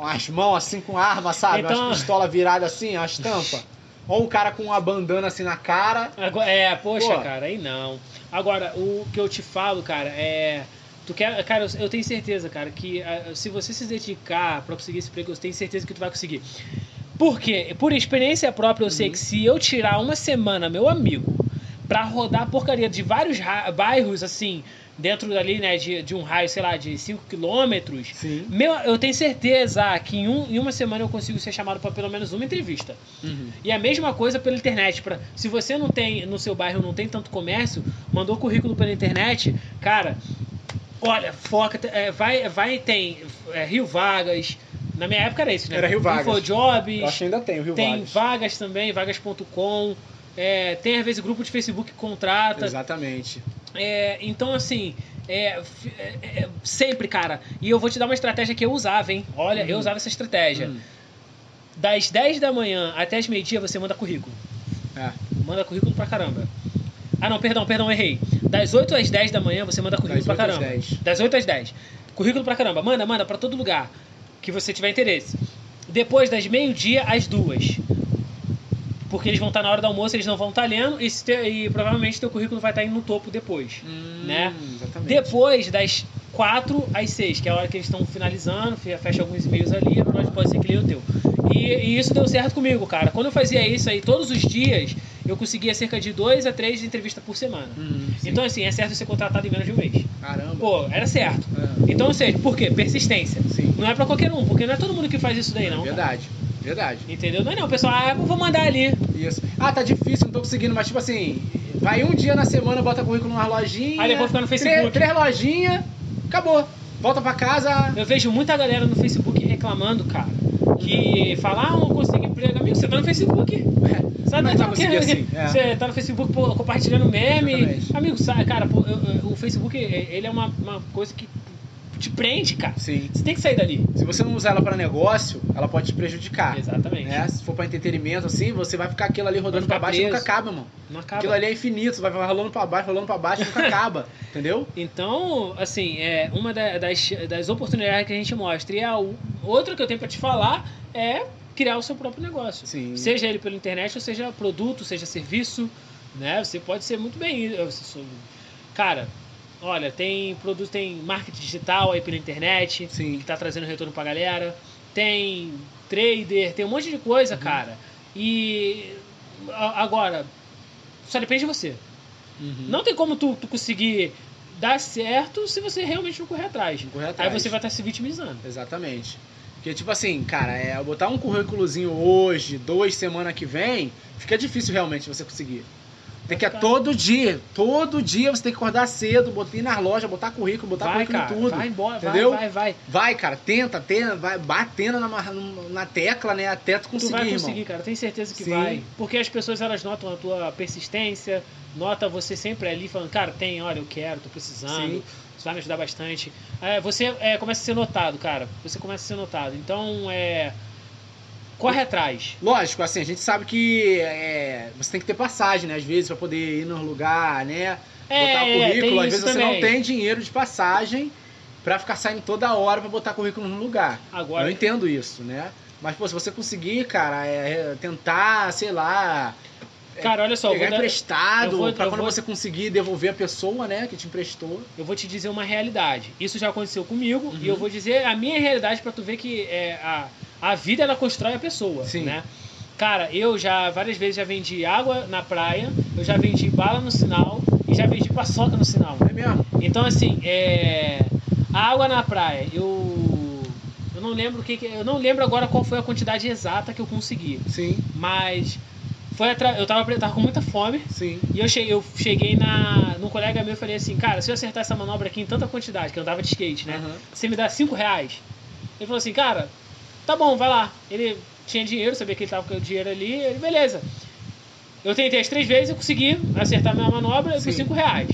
As mãos assim com arma, sabe?
Então-
Umas pistola virada assim, a estampa. Ou um cara com uma bandana assim na cara.
Agora- é, poxa,
Pô.
cara, aí não. Agora, o que eu te falo, cara, é. Tu quer, cara, eu- eu tenho certeza, cara, que ah, se você se dedicar pra conseguir esse emprego, eu tenho certeza que tu vai conseguir. Por quê? Por experiência própria, eu sei
Uhum.
que se eu tirar uma semana, meu amigo, pra rodar a porcaria de vários ra- bairros, assim, dentro dali, né, de, de um raio, sei lá, de 5 quilômetros,
Sim.
meu, eu tenho certeza que em, um, em uma semana eu consigo ser chamado pra pelo menos uma entrevista. E a mesma coisa pela internet. Pra, se você não tem, no seu bairro não tem tanto comércio, mandou currículo pela internet, cara, olha, foca, te- é, vai, vai tem é, Rio Vagas. Na minha época era isso, né?
Era Rio Vagas.
Infojobs,
Eu acho que ainda tem o Rio
tem
Vales.
vagas, também, vagas.com. é, tem às vezes grupo de Facebook que contrata.
Exatamente.
É, então, assim, é, f- é, é, sempre, cara. E eu vou te dar uma estratégia que eu usava, hein? Olha, eu
Uhum.
usava essa estratégia.
Hum.
Das 10 da manhã até as meio-dia você manda currículo.
É.
Manda currículo pra caramba. Ah, não, perdão, perdão, errei. Das 8 às 10 da manhã você manda currículo
Das
pra
8 às
caramba.
10.
Das 8 às 10. Currículo pra caramba. Manda, manda pra todo lugar que você tiver interesse. Depois das meio-dia às duas. Porque eles vão estar na hora do almoço, eles não vão estar lendo e, se te- e provavelmente teu currículo vai estar indo no topo depois. Né?
Exatamente.
Depois das 4 às 6, que é a hora que eles estão finalizando, fe- fecha alguns e-mails ali, pode, pode ser que leia o teu. E, e isso deu certo comigo, cara. Quando eu fazia isso aí todos os dias, eu conseguia cerca de 2 a 3 entrevistas por semana.
Hum, sim.
Então, assim, é certo ser contratado em menos de um mês.
Caramba.
Pô, era certo.
É.
Então, ou seja, por quê? Persistência.
Sim.
Não é pra qualquer um, porque não é todo mundo que faz isso daí, não. cara.
Verdade. Verdade.
Entendeu? Não é não, pessoal. Ah, eu vou mandar ali.
Isso. Ah, tá difícil, não tô conseguindo, mas tipo assim, vai um dia na semana, bota currículo numa lojinha.
Aí depois fica no Facebook.
Três, três lojinhas, acabou. Volta pra casa.
Eu vejo muita galera no Facebook reclamando, cara. Que fala, ah, eu não consigo emprego. Amigo, você tá no Facebook. Sabe,
Mas
tá
vai
no-
conseguir assim, é.
Você tá no Facebook pô, compartilhando meme.
Exatamente.
Amigo, sabe, cara, pô, eu- eu- o Facebook, é- ele é uma, uma coisa que te prende, cara.
Sim.
Você tem que sair dali.
Se você não usar ela pra negócio, ela pode te prejudicar.
Exatamente.
Né? Se for pra entretenimento, assim, você vai ficar aquilo ali rodando
ficar
pra baixo e
preso.
nunca acaba, mano.
Não acaba.
Aquilo ali é infinito, vai rolando pra baixo, rolando pra baixo, nunca acaba. Entendeu?
Então, assim, é uma da- das, das oportunidades que a gente mostra. E a u- outra que eu tenho pra te falar é criar o seu próprio negócio.
Sim.
Seja ele pela internet, ou seja produto, seja serviço, né? Você pode ser muito bem. Cara, olha, tem produto, tem marketing digital aí pela internet,
Sim.
que tá trazendo retorno pra galera. Tem trader, tem um monte de coisa,
Uhum.
cara. E a- agora, só depende de você. Não tem como tu, tu conseguir dar certo se você realmente não correr atrás.
correr
Aí
atrás.
você vai estar se vitimizando.
Exatamente. Porque, tipo assim, cara, é, eu botar um currículozinho hoje, dois semana que vem, fica difícil realmente você conseguir. Tem que é
ficar.
todo dia. Todo dia você tem que acordar cedo, botar ir na loja, botar currículo, botar
vai,
currículo
cara,
em tudo.
vai embora,
entendeu?
vai, vai, vai.
Vai, cara, tenta, tenta, vai batendo na, mar- na tecla, né? Até tu
Tu
conseguir,
vai
irmão.
conseguir, cara. Tenho certeza que
Sim.
vai. Porque as pessoas elas notam a tua persistência, nota você sempre ali falando, cara, tem, olha, eu quero, tô precisando,
Sim.
isso vai me ajudar bastante. É, você é, começa a ser notado, cara. Você começa a ser notado. Então é. Corre atrás.
Lógico, assim, a gente sabe que é, você tem que ter passagem, né? Às vezes, pra poder ir no lugar, né? botar o currículo,
É, tem
às
isso
vezes você não
também.
tem dinheiro de passagem pra ficar saindo toda hora pra botar currículo no lugar. Eu
Agora,
entendo isso, né? Mas, pô, se você conseguir, cara, é, é, tentar, sei lá,
cara, olha só, eu
pegar
vou, dar-
emprestado,
eu vou-
pra
eu
quando
vou-
você conseguir devolver a pessoa, né, que te emprestou.
eu vou te dizer uma realidade. Isso já aconteceu comigo
Uhum.
e eu vou dizer a minha realidade pra tu ver que é, a, a vida ela constrói a pessoa,
Sim.
né? Cara, eu já várias vezes já vendi água na praia, eu já vendi bala no sinal e já vendi paçoca no sinal.
É mesmo?
Então assim, é a água na praia, eu eu não lembro o que, que eu não lembro agora qual foi a quantidade exata que eu consegui,
Sim,
mas foi atra- eu tava, tava com muita fome
sim.
e eu cheguei, eu cheguei na, num colega meu e falei assim, cara, se eu acertar essa manobra aqui em tanta quantidade, que eu andava de skate, né?
Aham.
Você me dá 5 reais? Ele falou assim, cara, tá bom, vai lá. Ele tinha dinheiro, sabia que ele tava com o dinheiro ali, ele, beleza. Eu tentei as três vezes, eu consegui acertar minha manobra
Sim.
por 5 reais.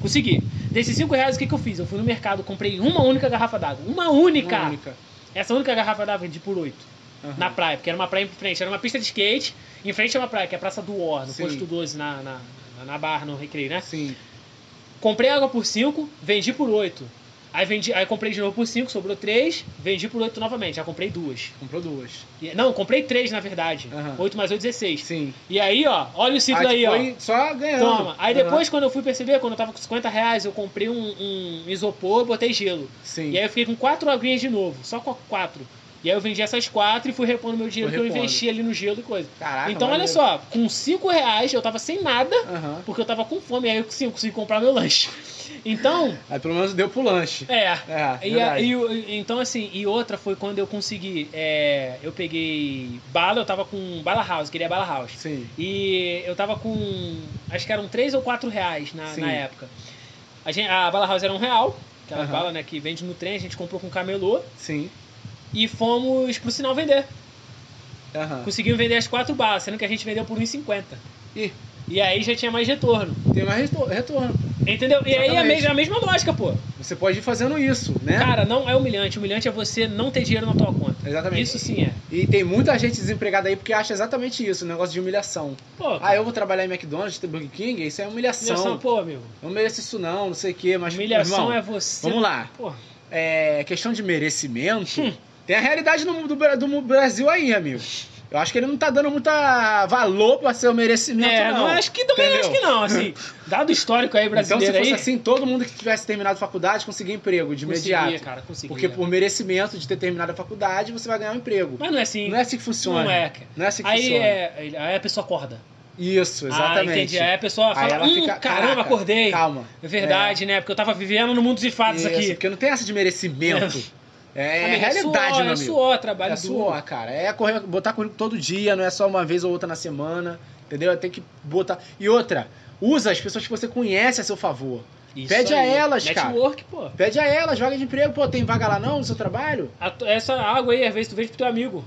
Consegui. Desses 5 reais, o que, que eu fiz? Eu fui no mercado, comprei uma única garrafa d'água. Uma única!
Uma única.
Essa única garrafa d'água eu vendi por 8
Aham.
na praia, porque era uma praia em frente, era uma pista de skate, em frente a uma praia, que é a Praça do Or, no
Sim.
posto 12, na, na, na- na barra, no recreio, né?
Sim.
Comprei água por 5, vendi por 8. Aí vendi, aí comprei de novo por 5, sobrou 3, vendi por 8 novamente, já comprei duas.
Comprou duas.
E- Não, comprei 3 na verdade.
Aham.
8 mais 8, 16.
Sim. Ah,
E aí, ó, olha o ciclo aí, ó.
foi só ganhando.
Toma. Aí
Aham.
depois, quando eu fui perceber, quando eu tava com 50 reais, eu comprei um, um isopor, botei gelo.
Sim.
E aí eu fiquei com quatro aguinhas de novo, só com quatro. E aí eu vendi essas quatro e fui repondo meu dinheiro
Foi
que eu
repondo.
investi ali no gelo e coisa.
Caraca,
então, olha
maneiro.
só, com cinco reais eu tava sem nada,
Aham.
porque eu tava com fome, aí eu sim, eu consegui comprar meu lanche. Então,
Aí pelo menos deu pro lanche.
é.
É,
E, a-
verdade.
e o- e- então, assim, e outra foi quando eu consegui. é, eu peguei bala, eu tava com bala house, queria bala house.
Sim.
E eu tava com. Acho que eram 3 ou 4 reais na,
Sim.
na época. A, gente, a bala house era um real, aquela
Aham.
bala né, que vende no trem, a gente comprou com camelô
Sim.
e fomos pro sinal vender.
Aham.
Conseguimos vender as quatro balas, sendo que a gente vendeu por 1,50.
Ih.
E aí já tinha mais retorno.
Tem mais retor- retorno.
Entendeu? E aí é a,
Exatamente.
mes- a mesma lógica, pô.
Você pode ir fazendo isso, né?
Cara, não é humilhante. Humilhante é você não ter dinheiro na tua conta.
Exatamente.
Isso sim é.
E tem muita gente desempregada aí porque acha exatamente isso, o negócio de humilhação.
Pô,
Ah, eu vou trabalhar em McDonald's, tem Burger King, isso é humilhação.
humilhação, pô, amigo.
Eu não mereço isso não, não sei o quê, mas...
humilhação
irmão,
é você.
Vamos lá.
Pô,
É questão de merecimento.
Hum.
Tem a realidade no- do, Bra- do Brasil aí, amigo. Eu acho que ele não tá dando muita valor pra seu merecimento,
é,
não.
não, acho que também
Entendeu?
acho que não, assim. Dado o histórico aí
Então, se
brasileiro é
fosse
aí,
assim, todo mundo que tivesse terminado faculdade conseguia emprego de
conseguia,
imediato.
cara, conseguia.
Porque por merecimento de ter terminado a faculdade, você vai ganhar um emprego.
Mas não é assim.
Não é assim que funciona.
Não é, cara.
Não é assim que
Aí,
funciona.
é, aí a pessoa acorda.
Isso, exatamente.
Ah, entendi. Aí a pessoa
Aí
fala,
ela
hum,
fica,
caramba,
"Caraca,
acordei.
Calma.
É verdade, né? Porque eu tava vivendo no mundo de fatos
Isso,
aqui.
Porque não tem essa de merecimento. É,
Amigo,
realidade,
suor,
meu
é
amigo.
suor, trabalho
É suor, cara. É correr, botar currículo todo dia, não é só uma vez ou outra na semana. Entendeu? É, Tem que botar. E outra, usa as pessoas que você conhece a seu favor.
duro. Isso
Pede a elas, cara.
Network, pô.
Pede a elas, vaga de emprego. Pô, tem vaga lá não no seu trabalho?
A tu- Essa água aí, às vezes, tu vende pro teu amigo.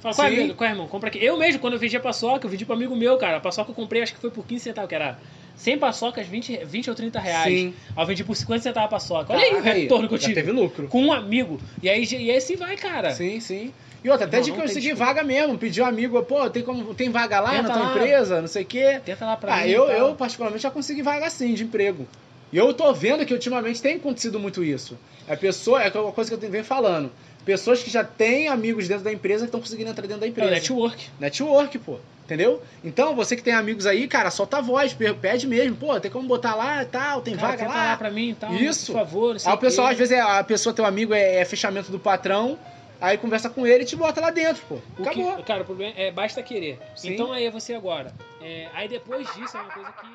Fala, qual é,
Sim.
amigo? Qual é, irmão? Compra aqui. Eu mesmo, quando eu vendi a paçoca, eu vendi pro amigo meu, cara. A paçoca eu comprei, acho que foi por 15 centavos, que era 100 paçocas, 20, 20 ou 30 reais.
Sim.
Aí eu vendi por 50 centavos a paçoca. Olha aí o
Caraca,
retorno que eu
já
tive.
Teve lucro.
Com um amigo. E aí, e aí assim vai, cara.
Sim, sim. E outra, até
Não,
de
não
que eu
tem
consegui
desculpa.
vaga mesmo. Pediu um amigo, pô, tem, como, tem vaga lá
Tenta
na tua
lá.
empresa, não sei o quê.
Tenta lá pra
Ah,
mim.
eu,
tá?
eu particularmente já consegui vaga sim de emprego. E eu tô vendo que ultimamente tem acontecido muito isso. A pessoa, é uma coisa que eu tenho- venho falando. Pessoas que já têm amigos dentro da empresa estão conseguindo entrar dentro da
É o
empresa.
network.
Network, pô. Entendeu? Então, você que tem amigos aí, cara, solta a voz, pe- pede mesmo. Pô, tem como botar lá e tal, tem
Cara,
vaga
tenta
lá.
lá pra mim e tal.
Isso.
Por favor, não sei
Aí o pessoal,
quê.
às vezes, é- a pessoa, teu amigo, é, é fechamento do patrão, aí conversa com ele e te bota lá dentro, pô.
O que-
Acabou.
cara, o problema é basta querer.
Sim.
Então aí é você agora. É, aí depois disso é uma coisa que.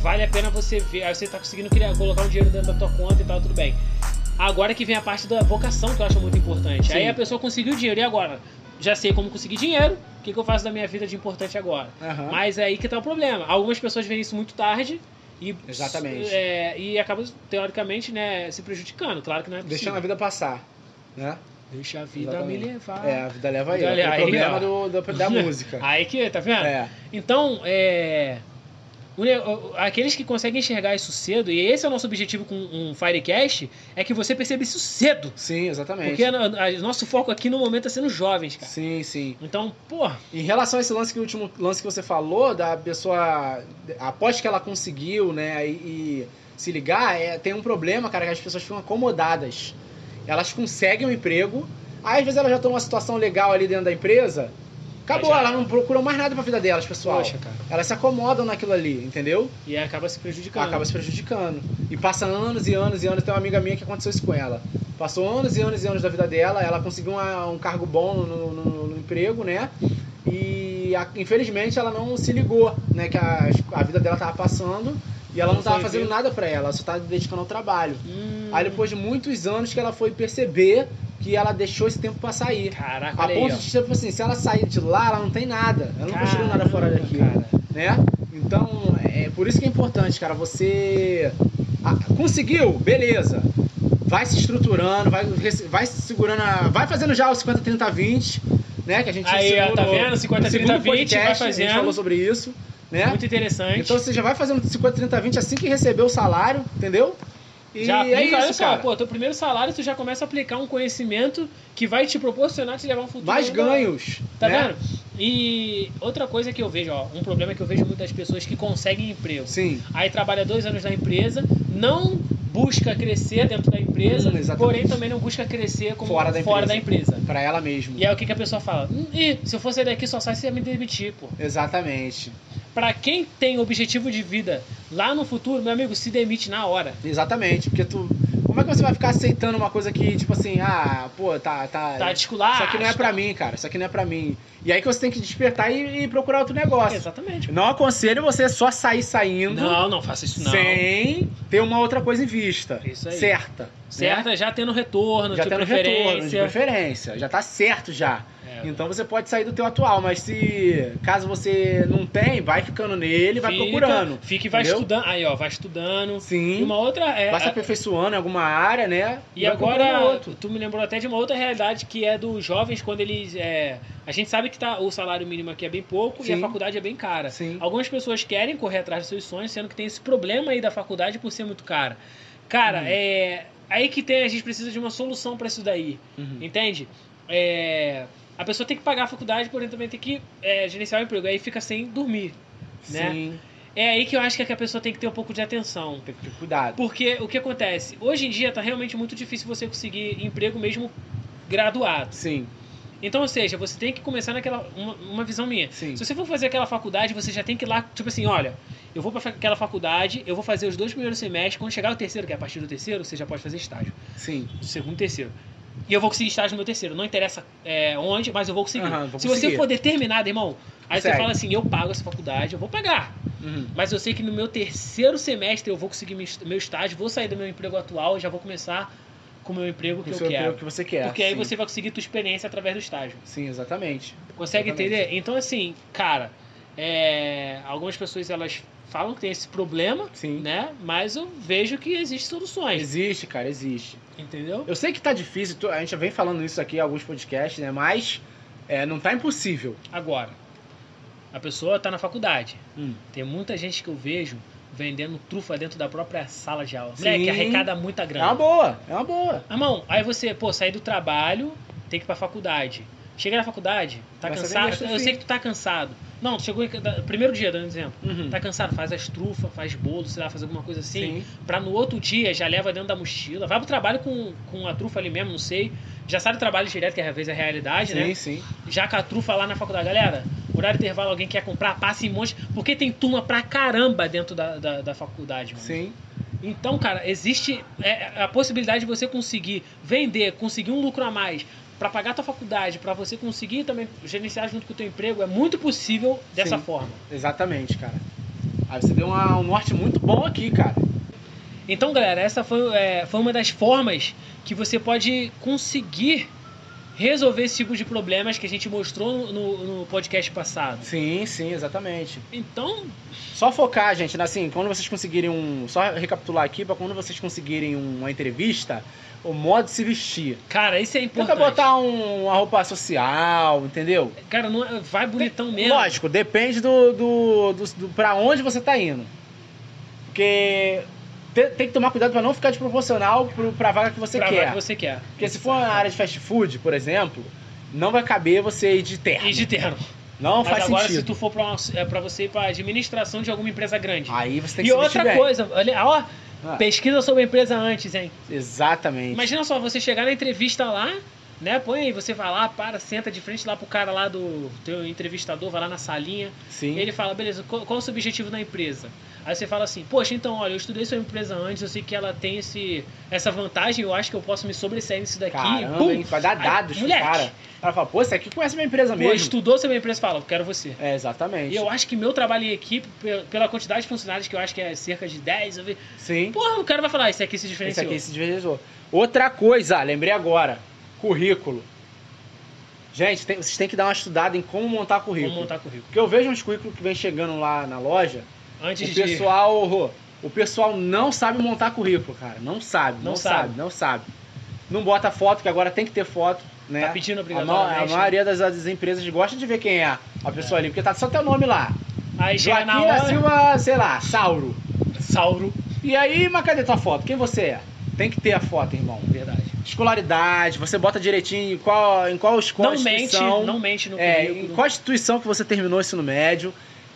Vale a pena você ver. Aí você tá conseguindo criar, colocar um dinheiro dentro da tua conta e tal, tudo bem. Agora que vem a parte da vocação que eu acho muito importante.
Sim.
Aí a pessoa conseguiu o dinheiro. E agora? Já sei como conseguir dinheiro. O que, que eu faço da minha vida de importante agora?
Aham.
Mas é aí que tá o problema. Algumas pessoas veem isso muito tarde e.
Exatamente.
é, e acabam, teoricamente, né, se prejudicando. Claro que não é
Deixando a
possível.
vida passar, né?
Deixa a vida
Exatamente.
me levar.
É, a vida leva aí. ó.
Ah. Olha
É o
aí,
problema
ó.
do- do- da música.
Aí que, tá vendo?
É.
Então, é. o ne- o- Aqueles que conseguem enxergar isso cedo, e esse é o nosso objetivo com um Firecast, é que você perceba isso cedo.
Sim, exatamente.
Porque a- a- nosso foco aqui no momento é sendo jovens, cara.
Sim, sim.
Então, pô,
Em relação a esse lance que o último lance que você falou, da pessoa. Após que ela conseguiu, né, e, e se ligar, é, tem um problema, cara, que as pessoas ficam acomodadas. Elas conseguem um emprego, aí às vezes elas já estão numa situação legal ali dentro da empresa.
Aí
Acabou,
já-
elas não procuram mais nada pra vida delas, pessoal.
poxa, cara.
Elas se acomodam naquilo ali, entendeu?
E acaba se prejudicando.
Acaba se prejudicando. E passa anos e anos e anos. Tem uma amiga minha que aconteceu isso com ela. Passou anos e anos e anos da vida dela. Ela conseguiu uma- um cargo bom no, no- no emprego, né? E a- infelizmente ela não se ligou, né? Que a, a vida dela tava passando e ela não,
Não
tava
foi
fazendo
ver.
nada pra ela. Ela só tava dedicando ao trabalho.
Hum,
Aí depois de muitos anos que ela foi perceber que ela deixou esse tempo pra sair.
Caraca,
A
olha aí,
ponto
ó.
de, tipo assim, se ela sair de lá, ela não tem nada. Ela não conseguiu nada fora
Caramba,
daqui
cara.
né? Então, é por isso que é importante, cara, você Ah, conseguiu, beleza. Vai se estruturando, vai, rece- vai se segurando, a- vai fazendo já o 50 30 20, né, que a gente
Aí,
ensinou
ó, tá
no-
vendo?
no
50, 30,
segundo
20, vai
podcast, A gente falou
fazendo.
sobre isso, né?
Muito interessante.
então você já vai fazendo 50 30 20 assim que receber o salário, entendeu? E
já aplica,
é isso,
olha só,
cara.
pô, teu primeiro salário, tu já começa a aplicar um conhecimento que vai te proporcionar te levar a um futuro.
Mais
ainda-
ganhos,
Tá
né?
vendo? E outra coisa que eu vejo, ó, um problema que eu vejo muitas pessoas que conseguem emprego.
Sim.
Aí trabalha dois anos na empresa, não busca crescer dentro da empresa,
Hum, exatamente.
porém também não busca crescer como
Fora da
fora
empresa.
da empresa.
Pra ela mesmo.
E aí o que, que a pessoa fala? Hum, Ih, se eu for sair daqui só sai se eu me demitir, pô.
Exatamente.
Pra quem tem objetivo de vida lá no futuro, meu amigo, se demite na hora.
Exatamente, porque tu. Como é que você vai ficar aceitando uma coisa que, tipo assim, ah, pô, tá. tá,
Tá descolar.
isso aqui não é pra mim, cara. Isso aqui não é pra mim. E aí que você tem que despertar e, e procurar outro negócio.
Exatamente.
Não aconselho você só sair saindo
Não, não faça isso não.
sem né? ter uma outra coisa em vista.
Isso aí.
Certa. né?
Certo? Já tendo retorno,
Já
de
tendo
preferência.
retorno, de preferência. Já tá certo já.
É.
Então você pode sair do teu atual, mas se caso você não tem, vai ficando nele, vai
Fica-
procurando.
Fica e vai
entendeu?
estudando. Aí, ó, vai estudando. E
Sim.
uma outra é.
Vai se
a-
aperfeiçoando em alguma área, né?
E
vai procurando
agora,
outro.
tu me lembrou até de uma outra realidade que é dos jovens quando eles. É, a gente sabe que tá, o salário mínimo aqui é bem pouco e a
Sim.
faculdade é bem cara.
Sim.
Algumas pessoas querem correr atrás dos seus sonhos, sendo que tem esse problema aí da faculdade por ser muito cara. Cara,
Hum.
é. Aí que tem, a gente precisa de uma solução pra isso daí.
Uhum.
Entende? É, a pessoa tem que pagar a faculdade, porém também tem que é, gerenciar o emprego. Aí fica sem dormir. né?
Sim,
É aí que eu acho que, é que a pessoa tem que ter um pouco de atenção.
tem que ter cuidado.
Porque o que acontece? Hoje em dia tá realmente muito difícil você conseguir emprego mesmo graduado.
Sim,
Então, ou seja, você tem que começar naquela. Uma, uma visão minha.
sim.
Se você for fazer aquela faculdade, você já tem que ir lá, tipo assim, olha, eu vou pra fa- aquela faculdade, eu vou fazer os dois primeiros semestres, quando chegar o terceiro, que é a partir do terceiro, você já pode fazer estágio.
Sim.
Do segundo e terceiro. E eu vou conseguir estágio no meu terceiro. Não interessa é, onde, mas eu vou conseguir.
Aham, vou
Se
conseguir.
você for determinado, irmão, aí você
Consegue.
fala assim, eu pago essa faculdade, eu vou pagar.
Uhum.
Mas eu sei que no meu terceiro semestre eu vou conseguir me- meu estágio, vou sair do meu emprego atual e já vou começar com o meu emprego que
Isso
eu
é
quero.
o que você quer.
Porque aí
sim.
você vai conseguir tua experiência através do estágio.
Sim, exatamente.
Consegue
Exatamente.
entender? Então, assim, cara, é, algumas pessoas elas falam que tem esse problema,
Sim.
né? Mas eu vejo que existem soluções,
Existe, cara, existe.
entendeu?
Eu sei que tá difícil, tu- a gente já vem falando isso aqui em alguns podcasts, né? Mas é, não tá impossível.
Hum, Agora, a pessoa tá na faculdade. Tem muita gente que eu vejo vendendo trufa dentro da própria sala de aula.
Sim.
Moleque, arrecada muita
É
grana.
uma boa, é uma boa.
Irmão, aí você, pô, sair do trabalho, tem que ir pra faculdade. Cheguei na faculdade, tá
Vai saber
cansado?
gastar
Eu
sim.
sei que tu tá cansado. Não, tu chegou em, da- primeiro dia, dando exemplo.
Uhum.
Tá cansado, faz as trufas, faz bolo, sei lá, faz alguma coisa assim.
Sim.
Pra no outro dia já leva dentro da mochila. Vai pro trabalho com, com a trufa ali mesmo, não sei. Já sai do trabalho direto, que às vezes é a realidade, né?
Sim, sim.
já com a trufa lá na faculdade. Galera, horário de intervalo, alguém quer comprar, passa em monte. Porque tem turma pra caramba dentro da, da, da faculdade, mano.
Sim.
Então, cara, existe é, a possibilidade de você conseguir vender, conseguir um lucro a mais pra pagar a tua faculdade, pra você conseguir também gerenciar junto com o teu emprego. É muito possível dessa
Sim.
forma.
Exatamente, cara. Aí você deu uma- um norte muito bom aqui, cara.
Então, galera, essa foi, é, foi uma das formas que você pode conseguir resolver esse tipo de problemas que a gente mostrou no- no- no podcast passado.
Sim, sim, exatamente.
Então,
Só focar, gente, na- assim, quando vocês conseguirem um. Só recapitular aqui, pra quando vocês conseguirem uma entrevista, o modo de se vestir.
cara, isso é
Tenta
importante.
botar um- uma roupa social, entendeu?
Cara, não é- vai bonitão mesmo.
Lógico, depende do, do, do, do- pra onde você tá indo. Porque te- tem, que tomar cuidado pra não ficar desproporcional pro, pra vaga que você
pra
quer.
que você quer.
Porque se for na área de fast food, por exemplo, não vai caber você ir de terra.
E de terno.
Não
Mas
faz
agora, se
sentido.
tu for pra, uma- é, pra você ir pra administração de alguma empresa grande.
Aí você Ah, tem que
e
se vestir
outra
bem.
coisa, olha, ó,
Ah.
pesquisa sobre a empresa antes, hein?
Exatamente.
Imagina só, você chegar na entrevista lá, né? Põe aí, você vai lá, para, senta de frente lá pro cara lá do teu entrevistador, vai lá na salinha.
Sim.
E ele fala, beleza, qual, qual o seu objetivo na empresa? Aí você fala assim, poxa, então, olha, eu estudei sua empresa antes, eu sei que ela tem esse, essa vantagem, eu acho que eu posso me sobressair nisso daqui.
Caramba, é
Pum!
hein? Vai dar
Aí,
dados pro
moleque.
cara. O cara fala, pô, esse aqui conhece minha empresa
Pô,
mesmo.
estudou sobre a empresa fala, eu quero você.
É, exatamente.
E eu acho que meu trabalho em equipe, pe- pela quantidade de funcionários, que eu acho que é cerca de 10, eu vi-
Sim.
porra, o cara vai falar, "Ah, esse aqui se
Esse
diferenciou.
aqui se desvalorizou. Outra coisa, lembrei agora. Currículo. Gente, tem- vocês têm que dar uma estudada em como montar currículo.
Vamos montar currículo.
Porque eu vejo uns currículos que vem chegando lá na loja,
Antes
o
de...
pessoal, o pessoal não sabe montar currículo, cara. Não sabe, não,
Não
sabe.
sabe.
não sabe. Não bota foto, que agora tem que ter foto, né?
Tá pedindo
a, ma- a
obrigatoriamente. né?
maioria das, das empresas gosta de ver quem é a pessoa ali, porque tá só teu nome lá.
né? Aí chega
Joaquim
na
da
hora...
Silva, sei lá, Sauro.
Sauro.
E aí, mas cadê tua foto? Quem você é? Tem que ter a foto, irmão.
Verdade.
Escolaridade, você bota direitinho em qual, em qual escola
Não mente,
instituição-
não mente no
é, em
currículo.
qual instituição que você terminou o ensino médio,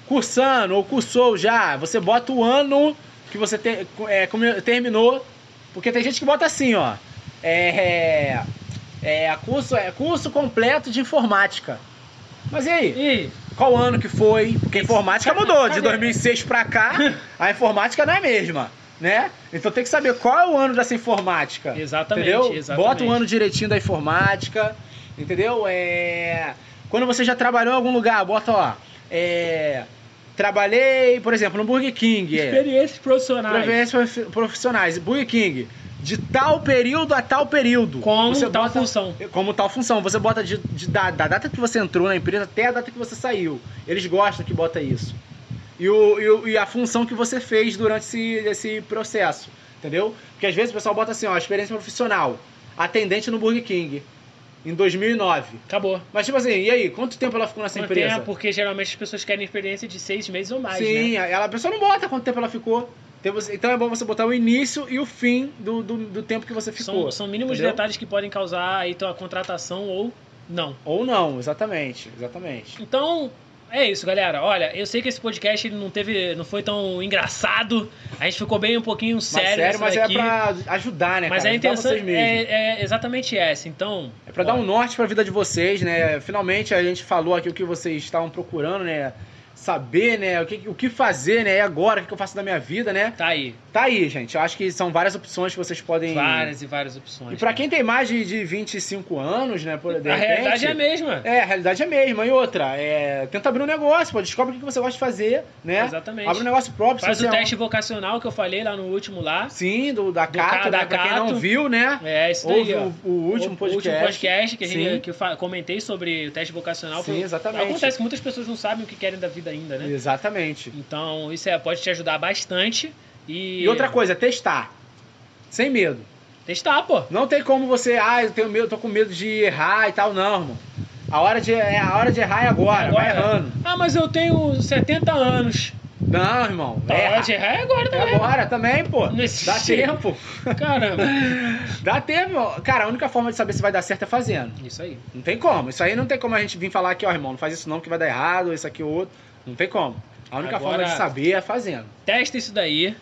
cursando ou cursou já, você bota o ano que você te- é, come- terminou, porque tem gente que bota assim, ó, é, é, é, curso, é curso completo de informática. Mas e aí?
Ih,
Qual ano que foi? Porque a informática mudou, de
Cadê?
2006 pra cá, a informática não é a mesma, né? Então tem que saber qual é o ano dessa informática.
exatamente,
Entendeu?
exatamente.
Bota um ano direitinho da informática, entendeu? É... Quando você já trabalhou em algum lugar, bota, ó. é, Trabalhei, por exemplo, no Burger King. é,
Experiências profissionais.
Providências prof- profissionais. Burger King. De tal período a tal período.
Como
você
tal
bota-
função.
Como tal função. Você bota de, de- da, da data que você entrou na empresa até a data que você saiu. Eles gostam que bota isso. E, o, e, o- e a função que você fez durante esse, esse processo. Entendeu? Porque às vezes o pessoal bota assim, ó, experiência profissional. Atendente no Burger King. Em 2009.
Acabou.
Mas tipo assim, e aí? Quanto tempo ela ficou nessa
Quanto
empresa?
tempo? porque geralmente as pessoas querem experiência de seis meses ou mais, né?
Sim, ela, a pessoa não bota quanto tempo ela ficou. Então você- Então é bom você botar o início e o fim do, do, do tempo que você ficou.
São, são mínimos
entendeu?
detalhes que podem causar aí tua contratação ou não.
Ou não, exatamente, exatamente.
Então, é isso, galera. Olha, eu sei que esse podcast ele não teve, não foi tão engraçado. A gente ficou bem um pouquinho sério.
mas sério,
nessa
mas é
daqui,
pra ajudar, né,
Mas
cara?
a
Ajudar
intenção
vocês mesmos. É,
é, é exatamente essa. Então,
pra dar um norte pra vida de vocês, né? Finalmente a gente falou aqui o que vocês estavam procurando, né? Saber, né? O que, o que fazer, né? E agora, o que eu faço da minha vida, né?
tá aí
Tá aí, gente. Eu acho que são várias opções que vocês podem.
várias e várias opções.
E pra
cara.
quem tem mais de, de 25 anos, né? Por, de
a
repente,
realidade é a mesma.
É, a realidade é a mesma. E outra, é, tenta abrir um negócio, pô, descobre o que que você gosta de fazer, né?
Exatamente.
Abre um negócio próprio. se
Faz
você
o
é um-
teste vocacional que eu falei lá no último lá.
Sim, do, da
Do
Cato,
cara
né?
da
pra quem
Cato.
não viu, né?
É, isso daí,
Houve
ó.
o, o último
O- o
podcast.
último podcast que, a gente,
Sim.
que eu fa- comentei sobre o teste vocacional.
Sim, exatamente.
Acontece que muitas pessoas não sabem o que querem da vida ainda, né?
Exatamente.
Então, isso é, pode te ajudar bastante. E,
E... outra coisa, é testar. Sem medo.
Testar, pô.
Não tem como você, ah, eu tenho medo, tô com medo de errar e tal, não, irmão. A hora de, é, a hora de errar é agora, vai
Agora.
errando.
Ah, mas eu tenho 70 anos.
Não, irmão.
Tá na hora de errar é agora
É
também.
agora também, pô.
Nesse-
Dá tempo.
Caramba.
Dá tempo. irmão. Cara, a única forma de saber se vai dar certo é fazendo.
Isso aí.
Não tem como. Isso aí não tem como a gente vir falar aqui, ó, irmão, não faz isso não que vai dar errado, isso aqui, o outro. Não tem como. A única
Agora-
forma de saber é fazendo.
Testa isso daí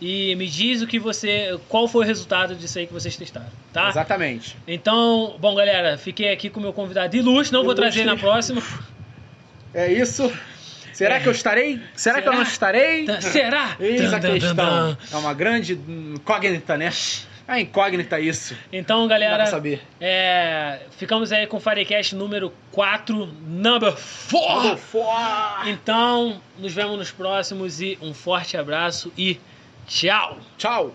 e me diz o que você. Qual foi o resultado disso aí que vocês testaram, tá?
Exatamente.
Então, bom, galera, fiquei aqui com o meu convidado ilustre, não vou
Ilustre.
trazer na próxima.
É isso. Será que eu estarei? Será, que eu não estarei?
Tá, Será?
Eis
Tan,
a
tan, tan,
questão.
tan.
É uma grande incógnita, né? É incógnita isso.
Então,
Não dá pra
galera,
saber.
é, ficamos aí com o Firecast número 4, number 4.
Fora!
Então, nos vemos nos próximos e um forte abraço e tchau!
Tchau!